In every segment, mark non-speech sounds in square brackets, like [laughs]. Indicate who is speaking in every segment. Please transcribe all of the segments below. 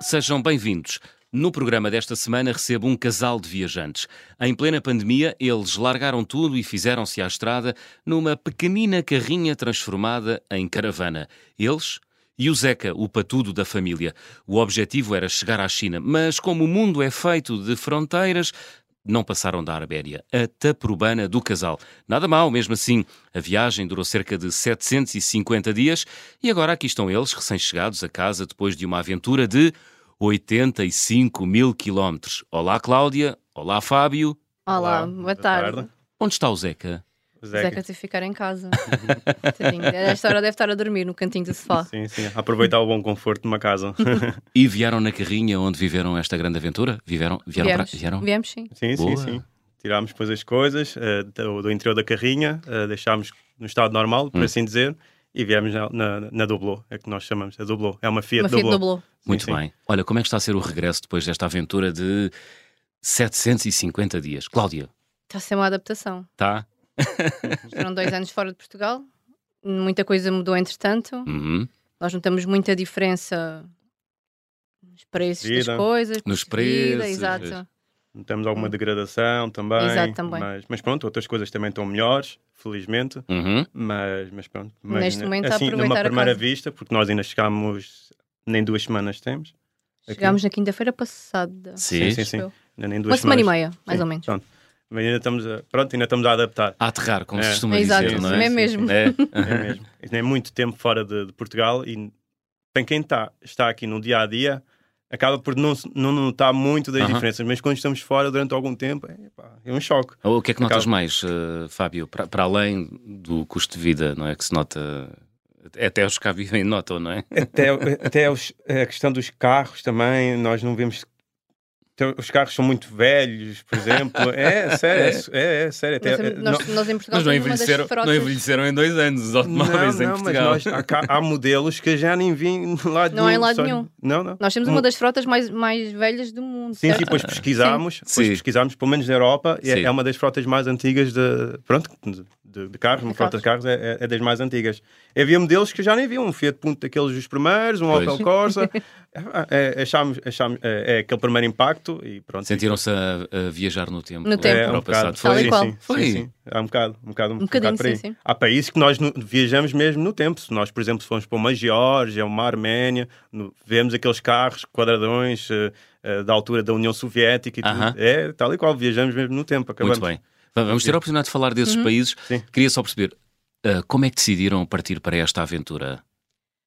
Speaker 1: Sejam bem-vindos. No programa desta semana recebo um casal de viajantes. Em plena pandemia, eles largaram tudo e fizeram-se à estrada numa pequenina carrinha transformada em caravana. Eles e o Zeca, o patudo da família. O objetivo era chegar à China, mas como o mundo é feito de fronteiras, não passaram da Arbéria, a taprobana do casal. Nada mal, mesmo assim. A viagem durou cerca de 750 dias e agora aqui estão eles, recém-chegados a casa depois de uma aventura de 85 mil quilómetros. Olá, Cláudia. Olá, Fábio.
Speaker 2: Olá, boa, tarde.
Speaker 1: Onde está o Zeca?
Speaker 2: Zeca.
Speaker 3: Zeca.
Speaker 2: teve que ficar em
Speaker 3: [laughs]
Speaker 2: casa. Tadinho. Esta hora deve estar a dormir no cantinho do sofá.
Speaker 3: Sim, sim. Aproveitar o bom conforto de uma casa. [laughs]
Speaker 1: E vieram na carrinha onde viveram esta grande aventura? Viveram? Vieram? para-
Speaker 2: Viemos. Viemos, sim.
Speaker 3: sim,
Speaker 1: Boa.
Speaker 3: sim, sim. Tirámos depois as coisas eh, do, do interior da carrinha, eh, deixámos no estado normal,
Speaker 2: Hum.
Speaker 3: por assim dizer, e viemos na, na, na Doblô, é que nós chamamos, a Doblô. É uma Fiat
Speaker 2: Uma filha
Speaker 3: Doblô.
Speaker 2: dublou.
Speaker 3: Sim,
Speaker 1: Muito
Speaker 3: sim.
Speaker 1: bem. Olha, como é que está a ser o regresso depois desta aventura de 750 dias? Cláudia,
Speaker 2: Está a ser uma adaptação.
Speaker 1: tá?
Speaker 2: Foram dois anos fora de Portugal. Muita coisa mudou entretanto.
Speaker 1: Uhum.
Speaker 2: Nós notamos muita diferença nos preços
Speaker 3: Vida.
Speaker 2: das coisas.
Speaker 1: Nos
Speaker 2: de vida,
Speaker 1: preços,
Speaker 2: Exato.
Speaker 3: Temos alguma
Speaker 2: Hum.
Speaker 3: degradação também.
Speaker 2: Exato, também.
Speaker 3: Mas, mas pronto, outras coisas também estão melhores, felizmente.
Speaker 1: Uhum.
Speaker 3: Mas, mas pronto. Mas,
Speaker 2: Neste momento, a
Speaker 3: assim,
Speaker 2: aproveitar
Speaker 3: numa
Speaker 2: a
Speaker 3: primeira
Speaker 2: casa.
Speaker 3: vista, porque nós ainda chegámos, nem duas semanas temos. aqui.
Speaker 2: Chegámos na quinta-feira passada.
Speaker 1: Sim.
Speaker 3: Sim, sim,
Speaker 2: acho
Speaker 3: sim.
Speaker 2: eu.
Speaker 3: Ainda nem duas
Speaker 2: Uma semana e
Speaker 3: semanas.
Speaker 2: meia, mais
Speaker 3: Sim,
Speaker 2: ou menos.
Speaker 3: Pronto. Mas ainda estamos a, pronto, ainda estamos a [laughs] adaptar.
Speaker 1: A aterrar, como
Speaker 3: É.
Speaker 1: se costuma
Speaker 2: Exato,
Speaker 1: dizer, não
Speaker 2: é
Speaker 1: é?
Speaker 2: mesmo.
Speaker 1: É.
Speaker 3: É mesmo. Isto é muito tempo fora de, de Portugal e para quem tá, está aqui no dia a dia, acaba por não, se- não notar muito das
Speaker 1: Aham.
Speaker 3: diferenças, mas quando estamos fora durante algum tempo, é, pá, é um choque.
Speaker 1: Ou O que é que notas
Speaker 3: Acaba-
Speaker 1: mais, eh, Fábio, para, para além do custo de vida, não é? Que se nota. Até os que cá vivem notam, não é?
Speaker 3: Até, até os- a questão dos carros também, nós não vemos. então, Os carros são muito velhos, por [laughs] exemplo. É, sério, é, é, sério. Até,
Speaker 2: Nós,
Speaker 3: é,
Speaker 2: nós, nós em Portugal temos uma das frotas.
Speaker 1: em dois anos os
Speaker 3: não, não, mas nós, há, cá- há modelos que já nem vim lá de
Speaker 2: Não há em lado nenhum.
Speaker 3: Não, não.
Speaker 2: Nós temos uma das frotas mais, mais velhas do mundo.
Speaker 3: Sim, sim,
Speaker 2: certo?
Speaker 3: depois pesquisámos, depois
Speaker 1: Ah, Sim.
Speaker 3: pesquisámos, pelo menos na Europa, e
Speaker 1: Sim.
Speaker 3: é, é uma das frotas mais antigas de, pronto, de, de- de carros, uma
Speaker 2: De
Speaker 3: frota de carros é, é- é das mais antigas. E havia modelos que já nem viam, um Fiat Punto daqueles dos primeiros, um
Speaker 1: Pois.
Speaker 3: Opel
Speaker 1: [laughs]
Speaker 3: Corsa, É, é, achámos, achámos, é, é aquele primeiro impacto e pronto.
Speaker 1: Sentiram-se a, a viajar no tempo.
Speaker 2: No tempo.
Speaker 3: É,
Speaker 1: Para
Speaker 3: um
Speaker 1: o passado.
Speaker 3: bocado.
Speaker 2: Tal e
Speaker 1: Foi.
Speaker 3: Sim,
Speaker 2: qual.
Speaker 3: sim, sim,
Speaker 1: Foi.
Speaker 3: sim. Há um bocado, um bocado, um
Speaker 2: bocadinho,
Speaker 3: bocado por aí.
Speaker 2: sim, sim.
Speaker 3: Há países que nós nu- viajamos mesmo no tempo. Se nós, por exemplo, se formos para uma Geórgia, uma Arménia, no- vemos aqueles carros, quadradões eh, eh, da altura da União Soviética e
Speaker 1: Aham.
Speaker 3: tudo. É tal e qual, viajamos mesmo no tempo. Acabamos.
Speaker 1: Muito bem. Va- Vamos ter a oportunidade de falar desses
Speaker 2: Uhum.
Speaker 1: países.
Speaker 3: Sim.
Speaker 1: Queria só perceber ah, como é que decidiram partir para esta aventura?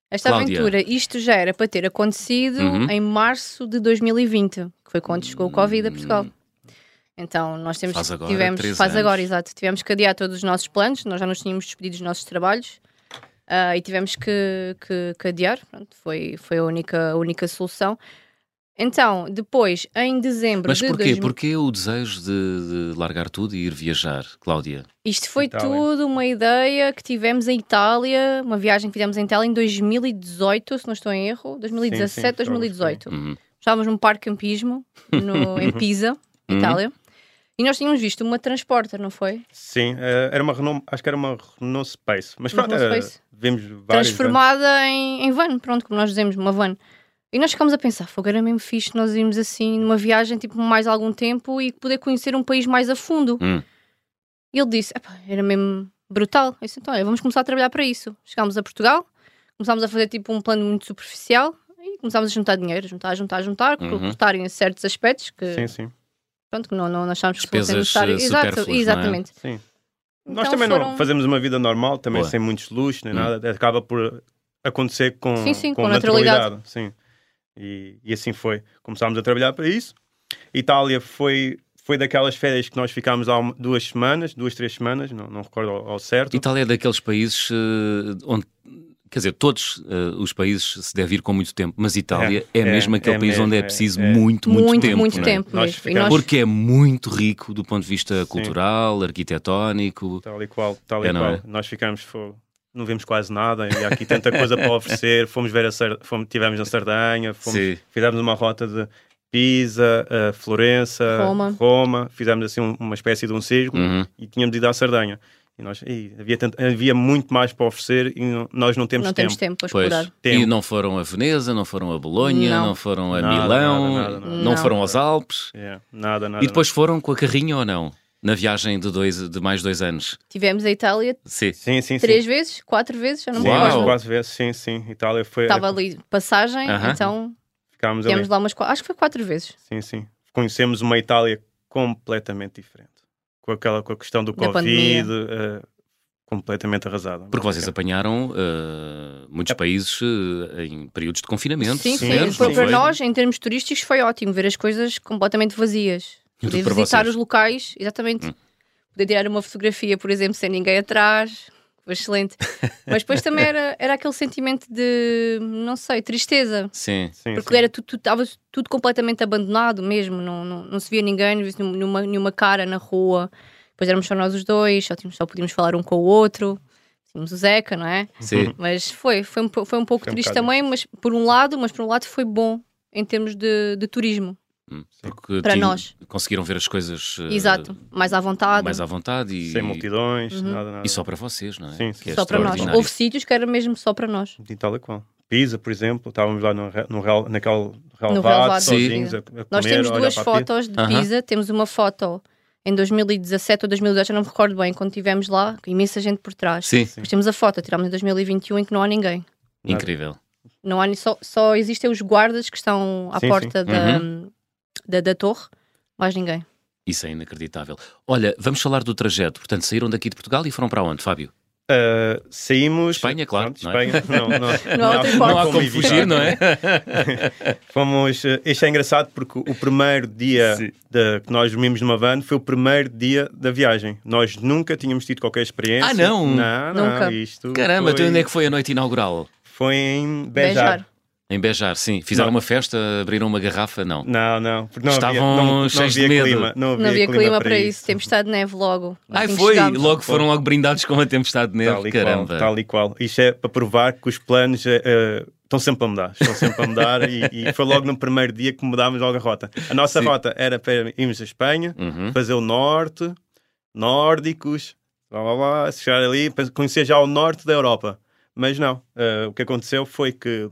Speaker 2: Esta
Speaker 1: Cláudia.
Speaker 2: aventura, isto já era para ter acontecido
Speaker 1: Uhum.
Speaker 2: em março de 2020, que foi quando chegou o Covid a Portugal. Então, nós temos
Speaker 1: Hum. Faz agora
Speaker 2: tivemos,
Speaker 1: três
Speaker 2: faz
Speaker 1: anos.
Speaker 2: agora, exato, tivemos que adiar todos os nossos planos, nós já nos tínhamos despedido dos nossos trabalhos ah, e tivemos que, que, que adiar, pronto, foi, foi a única, a única solução. Então, depois, em dezembro
Speaker 1: Mas
Speaker 2: de
Speaker 1: porquê?
Speaker 2: 2000
Speaker 1: Porquê o desejo de, de largar tudo e ir viajar, Cláudia?
Speaker 2: Isto foi
Speaker 3: Itália.
Speaker 2: tudo uma ideia que tivemos em Itália, uma viagem que fizemos em Itália em 2018, se não estou em erro, 2017,
Speaker 3: sim, estávamos por aí.
Speaker 2: 2018.
Speaker 1: Uhum.
Speaker 2: Estávamos num parque de campismo
Speaker 1: [laughs]
Speaker 2: no, em Pisa,
Speaker 1: Uhum.
Speaker 2: Itália, e nós tínhamos visto uma transporter, não foi?
Speaker 3: Sim, eh, era uma Renault, acho que era uma Renault Space. Mas
Speaker 2: Uma
Speaker 3: pronto,
Speaker 2: Renault
Speaker 3: era-
Speaker 2: Space.
Speaker 3: vimos vários. né?
Speaker 1: né?
Speaker 2: Transformada em, em van, pronto, como nós dizemos, uma van. E nós ficámos a pensar, fogo, era mesmo fixe nós irmos assim numa viagem, tipo, mais algum tempo e poder conhecer um país mais a fundo.
Speaker 1: Hum.
Speaker 2: E ele disse, "Epá, era mesmo brutal. Eu disse, então, olha, vamos começar a trabalhar para isso. Chegámos a Portugal, começámos a fazer tipo um plano muito superficial e começámos a juntar dinheiro, juntar, juntar, juntar,
Speaker 1: Uhum.
Speaker 2: cortarem certos aspectos que,
Speaker 3: Sim, sim.
Speaker 2: pronto, que não, não achámos que fossem
Speaker 1: Despesas,
Speaker 2: necessários.
Speaker 1: eh,
Speaker 2: Exato,
Speaker 1: supérfluas, não é?
Speaker 2: exatamente.
Speaker 3: Sim. Nós
Speaker 2: Então
Speaker 3: também
Speaker 2: foram-
Speaker 3: não fazemos uma vida normal, também
Speaker 1: Boa.
Speaker 3: sem muitos luxos nem
Speaker 1: Hum.
Speaker 3: nada, acaba por acontecer com,
Speaker 2: Sim, sim,
Speaker 3: com,
Speaker 2: com naturalidade.
Speaker 3: naturalidade. Sim. E, e assim foi. Começámos a trabalhar para isso. Itália foi, foi daquelas férias que nós ficámos há uma- duas semanas, duas, três semanas, não, não recordo ao, ao certo.
Speaker 1: Itália é daqueles países eh, onde. Quer dizer, todos eh, os países se deve ir com muito tempo, mas Itália é,
Speaker 3: É,
Speaker 1: mesmo
Speaker 3: é,
Speaker 1: aquele
Speaker 3: é
Speaker 1: país onde é
Speaker 3: mesmo, é,
Speaker 1: preciso
Speaker 3: é.
Speaker 1: muito, muito, tempo.
Speaker 2: muito
Speaker 1: não é?
Speaker 2: tempo
Speaker 3: Nós
Speaker 2: mesmo. E
Speaker 3: ficamos-
Speaker 2: nós-
Speaker 1: Porque é muito rico do ponto de vista
Speaker 3: Sim.
Speaker 1: cultural, arquitetónico.
Speaker 3: Tal e qual, tal e
Speaker 1: É, não
Speaker 3: qual.
Speaker 1: é?
Speaker 3: Nós ficámos, fo- não vimos quase nada e há aqui tanta
Speaker 1: [laughs]
Speaker 3: coisa para oferecer. Fomos ver a Sar... fomos, tivemos na Sardanha, fomos,
Speaker 1: Sim.
Speaker 3: fizemos uma rota de Pisa, eh, Florença,
Speaker 2: Roma.
Speaker 3: fizemos assim um- uma espécie de um círculo
Speaker 1: Uhum.
Speaker 3: e tínhamos ido à Sardanha. E nós, "Ei, havia, tanto- havia muito mais para oferecer e não- nós não temos
Speaker 2: não
Speaker 3: tempo.
Speaker 2: temos tempo para
Speaker 1: Pois.
Speaker 2: explorar.
Speaker 3: Tempo.
Speaker 1: E não foram a Veneza, não foram a Bolonha, não,
Speaker 2: Não.
Speaker 1: foram a
Speaker 3: Nada,
Speaker 1: Milão,
Speaker 3: nada, nada, nada.
Speaker 1: não
Speaker 2: Não.
Speaker 1: foram aos Alpes.
Speaker 3: Yeah, nada, nada.
Speaker 1: E depois foram com a carrinha ou não? Na viagem de, dois, de mais dois anos?
Speaker 2: Tivemos a Itália
Speaker 1: Sim.
Speaker 3: nada. Sim, sim, sim.
Speaker 2: três vezes, quatro vezes, já não
Speaker 3: Sim,
Speaker 2: me
Speaker 1: Uau.
Speaker 3: umas
Speaker 2: recordo.
Speaker 3: quatro vezes, sim, sim. Itália foi.
Speaker 2: Estava ali passagem,
Speaker 1: Aham.
Speaker 2: então
Speaker 3: Ficámos ali.
Speaker 2: tivemos lá umas quatro, acho que foi quatro vezes
Speaker 3: Sim, sim. Conhecemos uma Itália completamente diferente. Com aquela com a questão do
Speaker 2: Da
Speaker 3: Covid, eh, completamente arrasada.
Speaker 1: Porque vocês apanharam eh, muitos países eh, em períodos de confinamento.
Speaker 2: Sim,
Speaker 3: Sim,
Speaker 2: foi-
Speaker 1: certo?
Speaker 2: foi,
Speaker 1: Não
Speaker 2: para nós, em termos turísticos, foi ótimo ver as coisas completamente vazias.
Speaker 1: E tudo
Speaker 2: Poder
Speaker 1: para
Speaker 2: visitar
Speaker 1: vocês.
Speaker 2: os locais, exatamente.
Speaker 1: Hum.
Speaker 2: Poder tirar uma fotografia, por exemplo, sem ninguém atrás.
Speaker 1: [laughs]
Speaker 2: Foi excelente. Mas depois também era, era aquele sentimento de, não sei, tristeza.
Speaker 1: Sim.
Speaker 3: Sim,
Speaker 2: Porque
Speaker 3: sim.
Speaker 2: era tudo, tudo, estava tudo completamente abandonado mesmo. Não, não, não se via ninguém, não via nenhuma, nenhuma cara na rua. Depois éramos só nós os dois, só, tínhamos, só podíamos falar um com o outro. Tínhamos o Zeca, não é?
Speaker 1: Sim.
Speaker 2: Mas foi, foi um, pou- foi um pouco
Speaker 3: Foi um
Speaker 2: triste
Speaker 3: bocado
Speaker 2: também, mas por um lado, mas por um lado foi bom em termos de, de turismo.
Speaker 1: Hum, Porque
Speaker 2: Para
Speaker 1: tin-
Speaker 2: nós.
Speaker 1: conseguiram ver as coisas eh,
Speaker 2: Exato. Mais à vontade,
Speaker 1: mais à vontade e,
Speaker 3: Sem multidões,
Speaker 2: Uhum.
Speaker 3: nada, nada.
Speaker 1: e só para vocês, não é?
Speaker 3: Sim, sim.
Speaker 1: Que é
Speaker 2: só para nós.
Speaker 1: extraordinário.
Speaker 2: Houve sítios que era mesmo só para nós.
Speaker 3: De Itália qual? Pisa, por exemplo, estávamos lá no, re- no, rel- naquele
Speaker 2: relvado,
Speaker 3: relvado,
Speaker 1: sim.
Speaker 3: sozinhos, a, a comer,
Speaker 2: Nós temos
Speaker 3: a olhar
Speaker 2: duas
Speaker 3: para a pia.
Speaker 2: fotos de
Speaker 1: Aham.
Speaker 2: Pisa, temos uma foto em 2017 ou 2018, eu não me recordo bem, quando estivemos lá, com imensa gente por trás.
Speaker 1: Sim,
Speaker 3: Sim.
Speaker 2: Mas temos a foto, tirámos em 2021 em que não há ninguém.
Speaker 3: Nada.
Speaker 1: incrível.
Speaker 2: Não há, ni- só, só existem os guardas que estão à
Speaker 3: Sim, Uhum. sim.
Speaker 2: porta Da, da, da torre, mais ninguém.
Speaker 1: Isso é inacreditável. Olha, vamos falar do trajeto. Portanto, saíram daqui de Portugal e foram para onde, Fábio?
Speaker 3: Ah, saímos.
Speaker 1: Espanha, claro,
Speaker 3: Pronto,
Speaker 1: não é?
Speaker 3: Espanha,
Speaker 1: [laughs]
Speaker 3: não, não,
Speaker 2: Não há outra hipótese.
Speaker 1: Não há como
Speaker 3: evitar.
Speaker 1: fugir, não é?
Speaker 3: Fomos, eh, isto é engraçado porque o primeiro dia
Speaker 1: Sim.
Speaker 3: da- que nós dormimos numa van foi o primeiro dia da viagem. Nós nunca tínhamos tido qualquer experiência.
Speaker 1: Ah, não?
Speaker 3: Não, não,
Speaker 2: Nunca.
Speaker 3: Isto
Speaker 1: [laughs] Caramba,
Speaker 3: foi,
Speaker 1: então onde é que foi a noite inaugural?
Speaker 3: foi em Bejar.
Speaker 2: Beijar.
Speaker 1: Em Bejar, sim. Fizeram
Speaker 3: Não.
Speaker 1: uma festa, abriram uma garrafa, não.
Speaker 3: Não, não, porque não
Speaker 1: Estavam
Speaker 3: havia, não, não
Speaker 1: cheios de medo.
Speaker 3: havia clima. Não havia,
Speaker 2: Não havia
Speaker 3: clima, para isso.
Speaker 2: Tempestade de neve logo.
Speaker 1: Ai,
Speaker 2: assim que
Speaker 1: foi!
Speaker 2: chegámos.
Speaker 1: Logo foram logo brindados com a tempestade de
Speaker 3: Tal
Speaker 1: neve.
Speaker 3: e, qual,
Speaker 1: Caramba.
Speaker 3: tal e qual. Isto é para provar que os planos eh, eh, estão sempre a mudar. Estão sempre a mudar e, e foi logo no primeiro dia que mudámos logo a rota. A nossa
Speaker 1: Sim.
Speaker 3: rota era para irmos à Espanha,
Speaker 1: Uhum.
Speaker 3: fazer o norte, nórdicos, blá blá blá, chegar ali, para conhecer já o norte da Europa. Mas não, eh, o que aconteceu foi que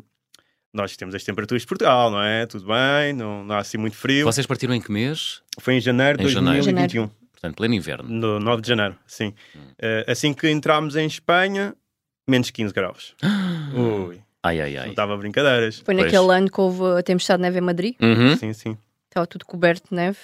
Speaker 3: nós temos as temperaturas de Portugal, não é? Tudo bem, não, não há assim muito frio.
Speaker 1: Vocês partiram em que mês?
Speaker 3: Foi em janeiro de
Speaker 1: Em janeiro.
Speaker 3: 2021.
Speaker 1: Portanto, pleno
Speaker 3: [gasps]
Speaker 1: inverno.
Speaker 3: No 9 de janeiro, sim.
Speaker 1: Hum.
Speaker 3: Eh, assim que entramos em Espanha, menos
Speaker 1: [laughs]
Speaker 3: 15 graus. Ui,
Speaker 1: [gasps] Ai, ai,
Speaker 3: não
Speaker 1: ai.
Speaker 3: estava brincadeiras.
Speaker 2: Foi
Speaker 1: Pois.
Speaker 2: naquele ano que houve a tempestade de neve em Madrid.
Speaker 1: Uhum.
Speaker 3: Sim, sim.
Speaker 2: Estava tudo coberto de neve.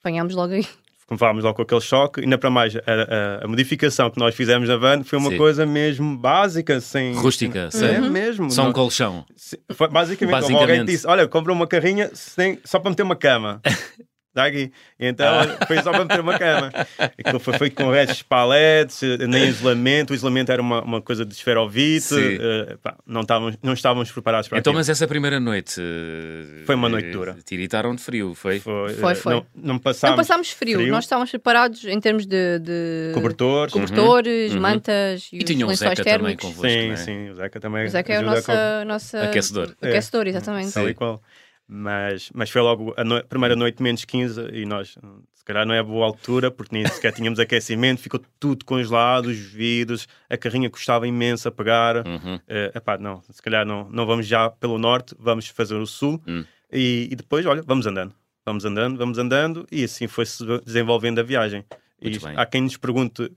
Speaker 2: Apanhámos logo aí.
Speaker 3: Começámos logo com aquele choque. Ainda para mais, a, a- a modificação que nós fizemos na van foi uma
Speaker 1: Sim.
Speaker 3: coisa mesmo básica, sem...
Speaker 1: Rústica,
Speaker 3: É
Speaker 1: sim.
Speaker 3: mesmo.
Speaker 1: Só um
Speaker 3: não-
Speaker 1: colchão.
Speaker 3: se- foi basicamente, houve
Speaker 1: Basicamente.
Speaker 3: alguém que disse, olha, compra uma carrinha sem- só para meter uma cama.
Speaker 1: [laughs]
Speaker 3: Está aqui. Então,
Speaker 1: Ah.
Speaker 3: foi só para meter uma cama. Aquilo foi feito com restos paletes, eh, nem isolamento. O isolamento era uma, uma coisa de esferovite.
Speaker 1: Sim.
Speaker 3: eh, pá, não, estávamos, não estávamos preparados para
Speaker 1: Então,
Speaker 3: aquilo.
Speaker 1: mas essa primeira noite. eh,
Speaker 3: Foi uma noite
Speaker 1: eh,
Speaker 3: dura.
Speaker 1: Tiritaram de frio, foi?
Speaker 3: Foi, eh,
Speaker 2: Foi, foi.
Speaker 3: Não, não
Speaker 2: Não
Speaker 3: passámos
Speaker 2: passámos eh, frio.
Speaker 3: frio.
Speaker 2: Nós estávamos preparados em termos de, de
Speaker 3: cobertores.
Speaker 2: cobertores,
Speaker 1: Uhum.
Speaker 2: mantas e,
Speaker 1: E
Speaker 2: os
Speaker 1: tinham o
Speaker 2: lençóis
Speaker 1: Zeca também
Speaker 2: térmicos.
Speaker 1: convosco.
Speaker 3: Sim,
Speaker 1: não é?
Speaker 3: sim. O Zeca também
Speaker 2: O Zeca é o
Speaker 3: ajuda
Speaker 2: nosso
Speaker 3: com-
Speaker 2: nossa...
Speaker 1: Aquecedor.
Speaker 3: É.
Speaker 2: Aquecedor, exatamente.
Speaker 3: tal e qual. Mas, mas foi logo a noi- primeira noite menos 15 e nós, hum, se calhar não é a boa altura, porque nem sequer tínhamos aquecimento, ficou tudo congelado, os vidros, a carrinha custava imenso a pegar.
Speaker 1: Uhum.
Speaker 3: Eh, epá, não, se calhar não, não vamos já pelo norte, vamos fazer o sul
Speaker 1: Hum.
Speaker 3: e, e depois, olha, vamos andando. Vamos andando, vamos andando e assim foi-se desenvolvendo a viagem. E
Speaker 1: Muito
Speaker 3: isto-
Speaker 1: bem.
Speaker 3: há quem nos pergunte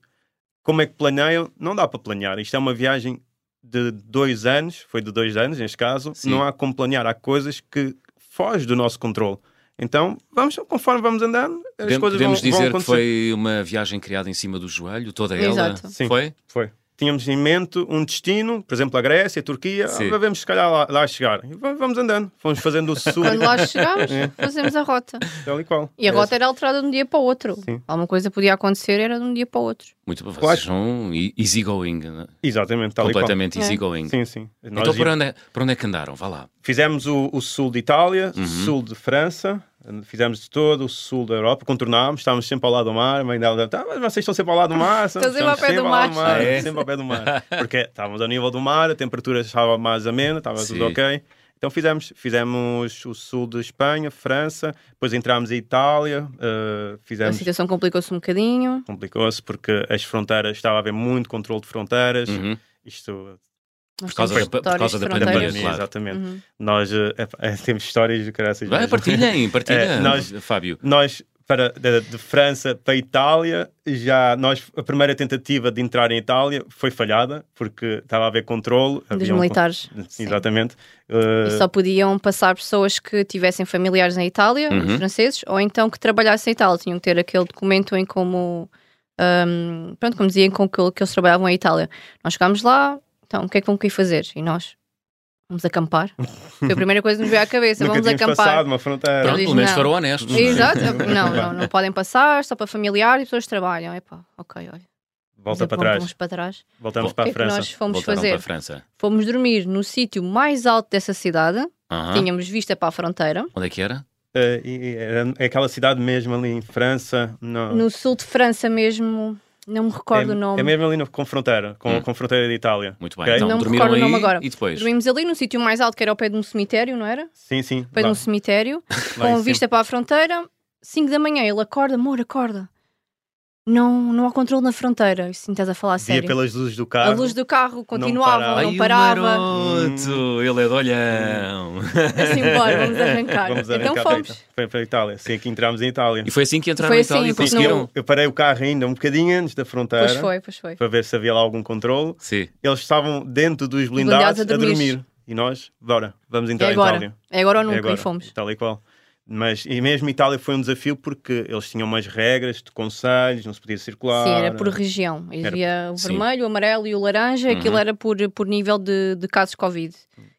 Speaker 3: como é que planeiam, não dá para planear. Isto é uma viagem de dois anos, foi de dois anos neste caso,
Speaker 1: Sim.
Speaker 3: não há como planear, há coisas que fogem do nosso controle. Então, vamos, conforme vamos andando, as
Speaker 1: Podem-
Speaker 3: coisas vão,
Speaker 1: Podemos
Speaker 3: vão
Speaker 1: dizer que
Speaker 3: acontecer.
Speaker 1: foi uma viagem criada em cima do joelho, toda ela.
Speaker 2: Exato.
Speaker 3: Sim.
Speaker 1: Foi?
Speaker 3: Foi. Tínhamos em mente um destino, por exemplo, a Grécia, a Turquia,
Speaker 1: Sim.
Speaker 3: ah, vamos se calhar lá, lá chegar. E va- vamos andando, fomos
Speaker 2: [laughs]
Speaker 3: fazendo o sul,
Speaker 2: Quando lá chegámos,
Speaker 3: É.
Speaker 2: fazemos a rota.
Speaker 3: tal e qual.
Speaker 2: E a
Speaker 3: É,
Speaker 2: rota era alterada de um dia para o outro.
Speaker 3: Sim.
Speaker 2: Alguma coisa podia acontecer, era de um dia para o outro.
Speaker 1: Muito bem.
Speaker 3: Claro.
Speaker 1: Vocês são e- easygoing, não é?
Speaker 3: Exatamente, tal e qual.
Speaker 1: completamente
Speaker 2: É.
Speaker 1: easygoing.
Speaker 3: Sim, sim. Nós
Speaker 1: Então, por
Speaker 3: íamos-
Speaker 1: onde, é, por onde é que andaram? Vá lá.
Speaker 3: Fizemos o, o sul de Itália,
Speaker 1: Uhum.
Speaker 3: sul de França, fizemos todo o sul da Europa, contornámos, estávamos sempre ao lado do mar, a mãe dela ah, mas vocês estão sempre ao lado do
Speaker 2: [laughs]
Speaker 3: mar, estão
Speaker 2: sempre ao pé do mar."
Speaker 1: Ah, [laughs] é?
Speaker 3: sempre ao pé do mar, porque estávamos ao nível do mar, a temperatura estava mais amena, estava
Speaker 1: Sim.
Speaker 3: tudo ok, Então fizemos, fizemos o sul de Espanha, França, depois entramos em Itália, eh,
Speaker 2: A
Speaker 3: fizemos...
Speaker 2: situação complicou-se um bocadinho.
Speaker 3: Complicou-se porque as fronteiras, estava a haver muito controle de fronteiras,
Speaker 1: Uhum.
Speaker 3: isto...
Speaker 2: Nós
Speaker 1: Por causa
Speaker 2: temos
Speaker 1: da- por
Speaker 2: histórias
Speaker 1: causa
Speaker 2: de
Speaker 1: da
Speaker 3: da
Speaker 1: pandemia,
Speaker 2: fronteiras.
Speaker 1: claro.
Speaker 3: Exatamente.
Speaker 2: Uhum.
Speaker 3: Nós eh, eh, [laughs] temos histórias de caraças.
Speaker 1: Vai,
Speaker 3: mesmo.
Speaker 1: partilhem, partilhem,
Speaker 3: [laughs] É, nós-
Speaker 1: Fábio.
Speaker 3: Nós, para, de, de França para a Itália, já nós, a primeira tentativa de entrar em Itália foi falhada, porque estava a haver controle.
Speaker 2: Dos
Speaker 3: havia um con-
Speaker 2: militares.
Speaker 3: Sim, Exatamente. Eh,
Speaker 2: E só podiam passar pessoas que tivessem familiares na Itália,
Speaker 1: Uhum.
Speaker 2: os franceses, ou então que trabalhassem em Itália. Tinham que ter aquele documento em como. hum, pronto, como diziam com que, que eles trabalhavam em Itália. Nós chegámos lá, então o que é que vão querer fazer? E nós vamos acampar. Foi a primeira coisa que nos veio à cabeça,
Speaker 3: Eh, [laughs] nunca
Speaker 2: vamos
Speaker 3: tínhamos
Speaker 2: acampar.
Speaker 3: passado uma fronteira.
Speaker 1: Pronto,
Speaker 2: diz
Speaker 1: pelo menos
Speaker 2: não.
Speaker 1: foram honestos. não é?
Speaker 2: Exato,
Speaker 3: [laughs]
Speaker 2: não, não, não podem passar, só para familiares e pessoas que trabalham. Epá, ok, olha.
Speaker 3: Volta para
Speaker 2: vamos-
Speaker 3: trás.
Speaker 2: Vamos para trás.
Speaker 3: Voltamos
Speaker 1: Bom,
Speaker 2: O
Speaker 3: para
Speaker 2: que
Speaker 3: a
Speaker 2: é que
Speaker 3: França.
Speaker 2: nós fomos
Speaker 1: Voltaram
Speaker 2: fazer?
Speaker 1: para a França.
Speaker 2: Fomos dormir no sítio mais alto dessa cidade,
Speaker 3: Ah.
Speaker 1: Aham.
Speaker 2: tínhamos vista para a fronteira,
Speaker 1: Onde é que era?
Speaker 3: Eh, e- e era- é aquela cidade mesmo ali em França. Não,
Speaker 2: no sul de França mesmo, não me recordo
Speaker 3: Ah. é,
Speaker 2: o nome.
Speaker 3: É mesmo ali no, com fronteira, com,
Speaker 1: Hum.
Speaker 3: com fronteira de Itália.
Speaker 1: Muito
Speaker 3: Ok.
Speaker 1: bem. Então,
Speaker 2: Não me
Speaker 1: dormiram
Speaker 2: recordo o
Speaker 1: aí
Speaker 2: nome agora.
Speaker 1: e depois.
Speaker 2: Dormimos ali num sítio mais alto, que era ao pé de um cemitério, não era?
Speaker 3: Sim, sim.
Speaker 2: Ao pé
Speaker 3: lá-
Speaker 2: de um cemitério,
Speaker 3: lá
Speaker 2: com
Speaker 3: em cima.
Speaker 2: vista para a fronteira, 5 da manhã, ele acorda, amor, acorda. Não, não há controle na fronteira, isso sim estás a falar a
Speaker 3: Via
Speaker 2: sério.
Speaker 3: pelas luzes do
Speaker 2: A
Speaker 3: carro.
Speaker 2: luz do carro continuava,
Speaker 3: parava.
Speaker 1: Ai,
Speaker 2: não
Speaker 1: o
Speaker 2: parava.
Speaker 1: maroto, Ele é de olhão.
Speaker 2: [laughs] Assim, bora, vamos arrancar.
Speaker 3: Vamos arrancar
Speaker 2: então
Speaker 3: para a
Speaker 2: fomos.
Speaker 3: Ita- para, para a Itália. Sim, aqui entramos em Itália.
Speaker 1: E foi assim que entraram
Speaker 2: Foi
Speaker 1: na Itália
Speaker 2: assim,
Speaker 1: e
Speaker 2: porque
Speaker 3: Sim,
Speaker 1: conseguiram.
Speaker 3: eu, eu parei o carro ainda um bocadinho antes da fronteira
Speaker 2: Pois foi, pois foi.
Speaker 3: para ver se havia lá algum controle.
Speaker 1: Sim.
Speaker 3: Eles estavam dentro dos
Speaker 2: Blindados
Speaker 3: blindados
Speaker 2: a
Speaker 3: a
Speaker 2: dormir.
Speaker 3: dormir. E nós, bora, vamos entrar
Speaker 2: É
Speaker 3: em
Speaker 2: agora.
Speaker 3: Itália.
Speaker 2: É agora ou
Speaker 3: É
Speaker 2: nunca,
Speaker 3: agora.
Speaker 2: e fomos.
Speaker 3: Tal e qual. Mas, e mesmo Itália foi um desafio porque eles tinham umas regras de conselhos, não se podia circular.
Speaker 2: Sim, era por região.
Speaker 3: por-
Speaker 2: Havia o
Speaker 1: Sim.
Speaker 2: vermelho, o amarelo e o laranja.
Speaker 1: Uhum.
Speaker 2: Aquilo era por, por nível de, de casos Covid.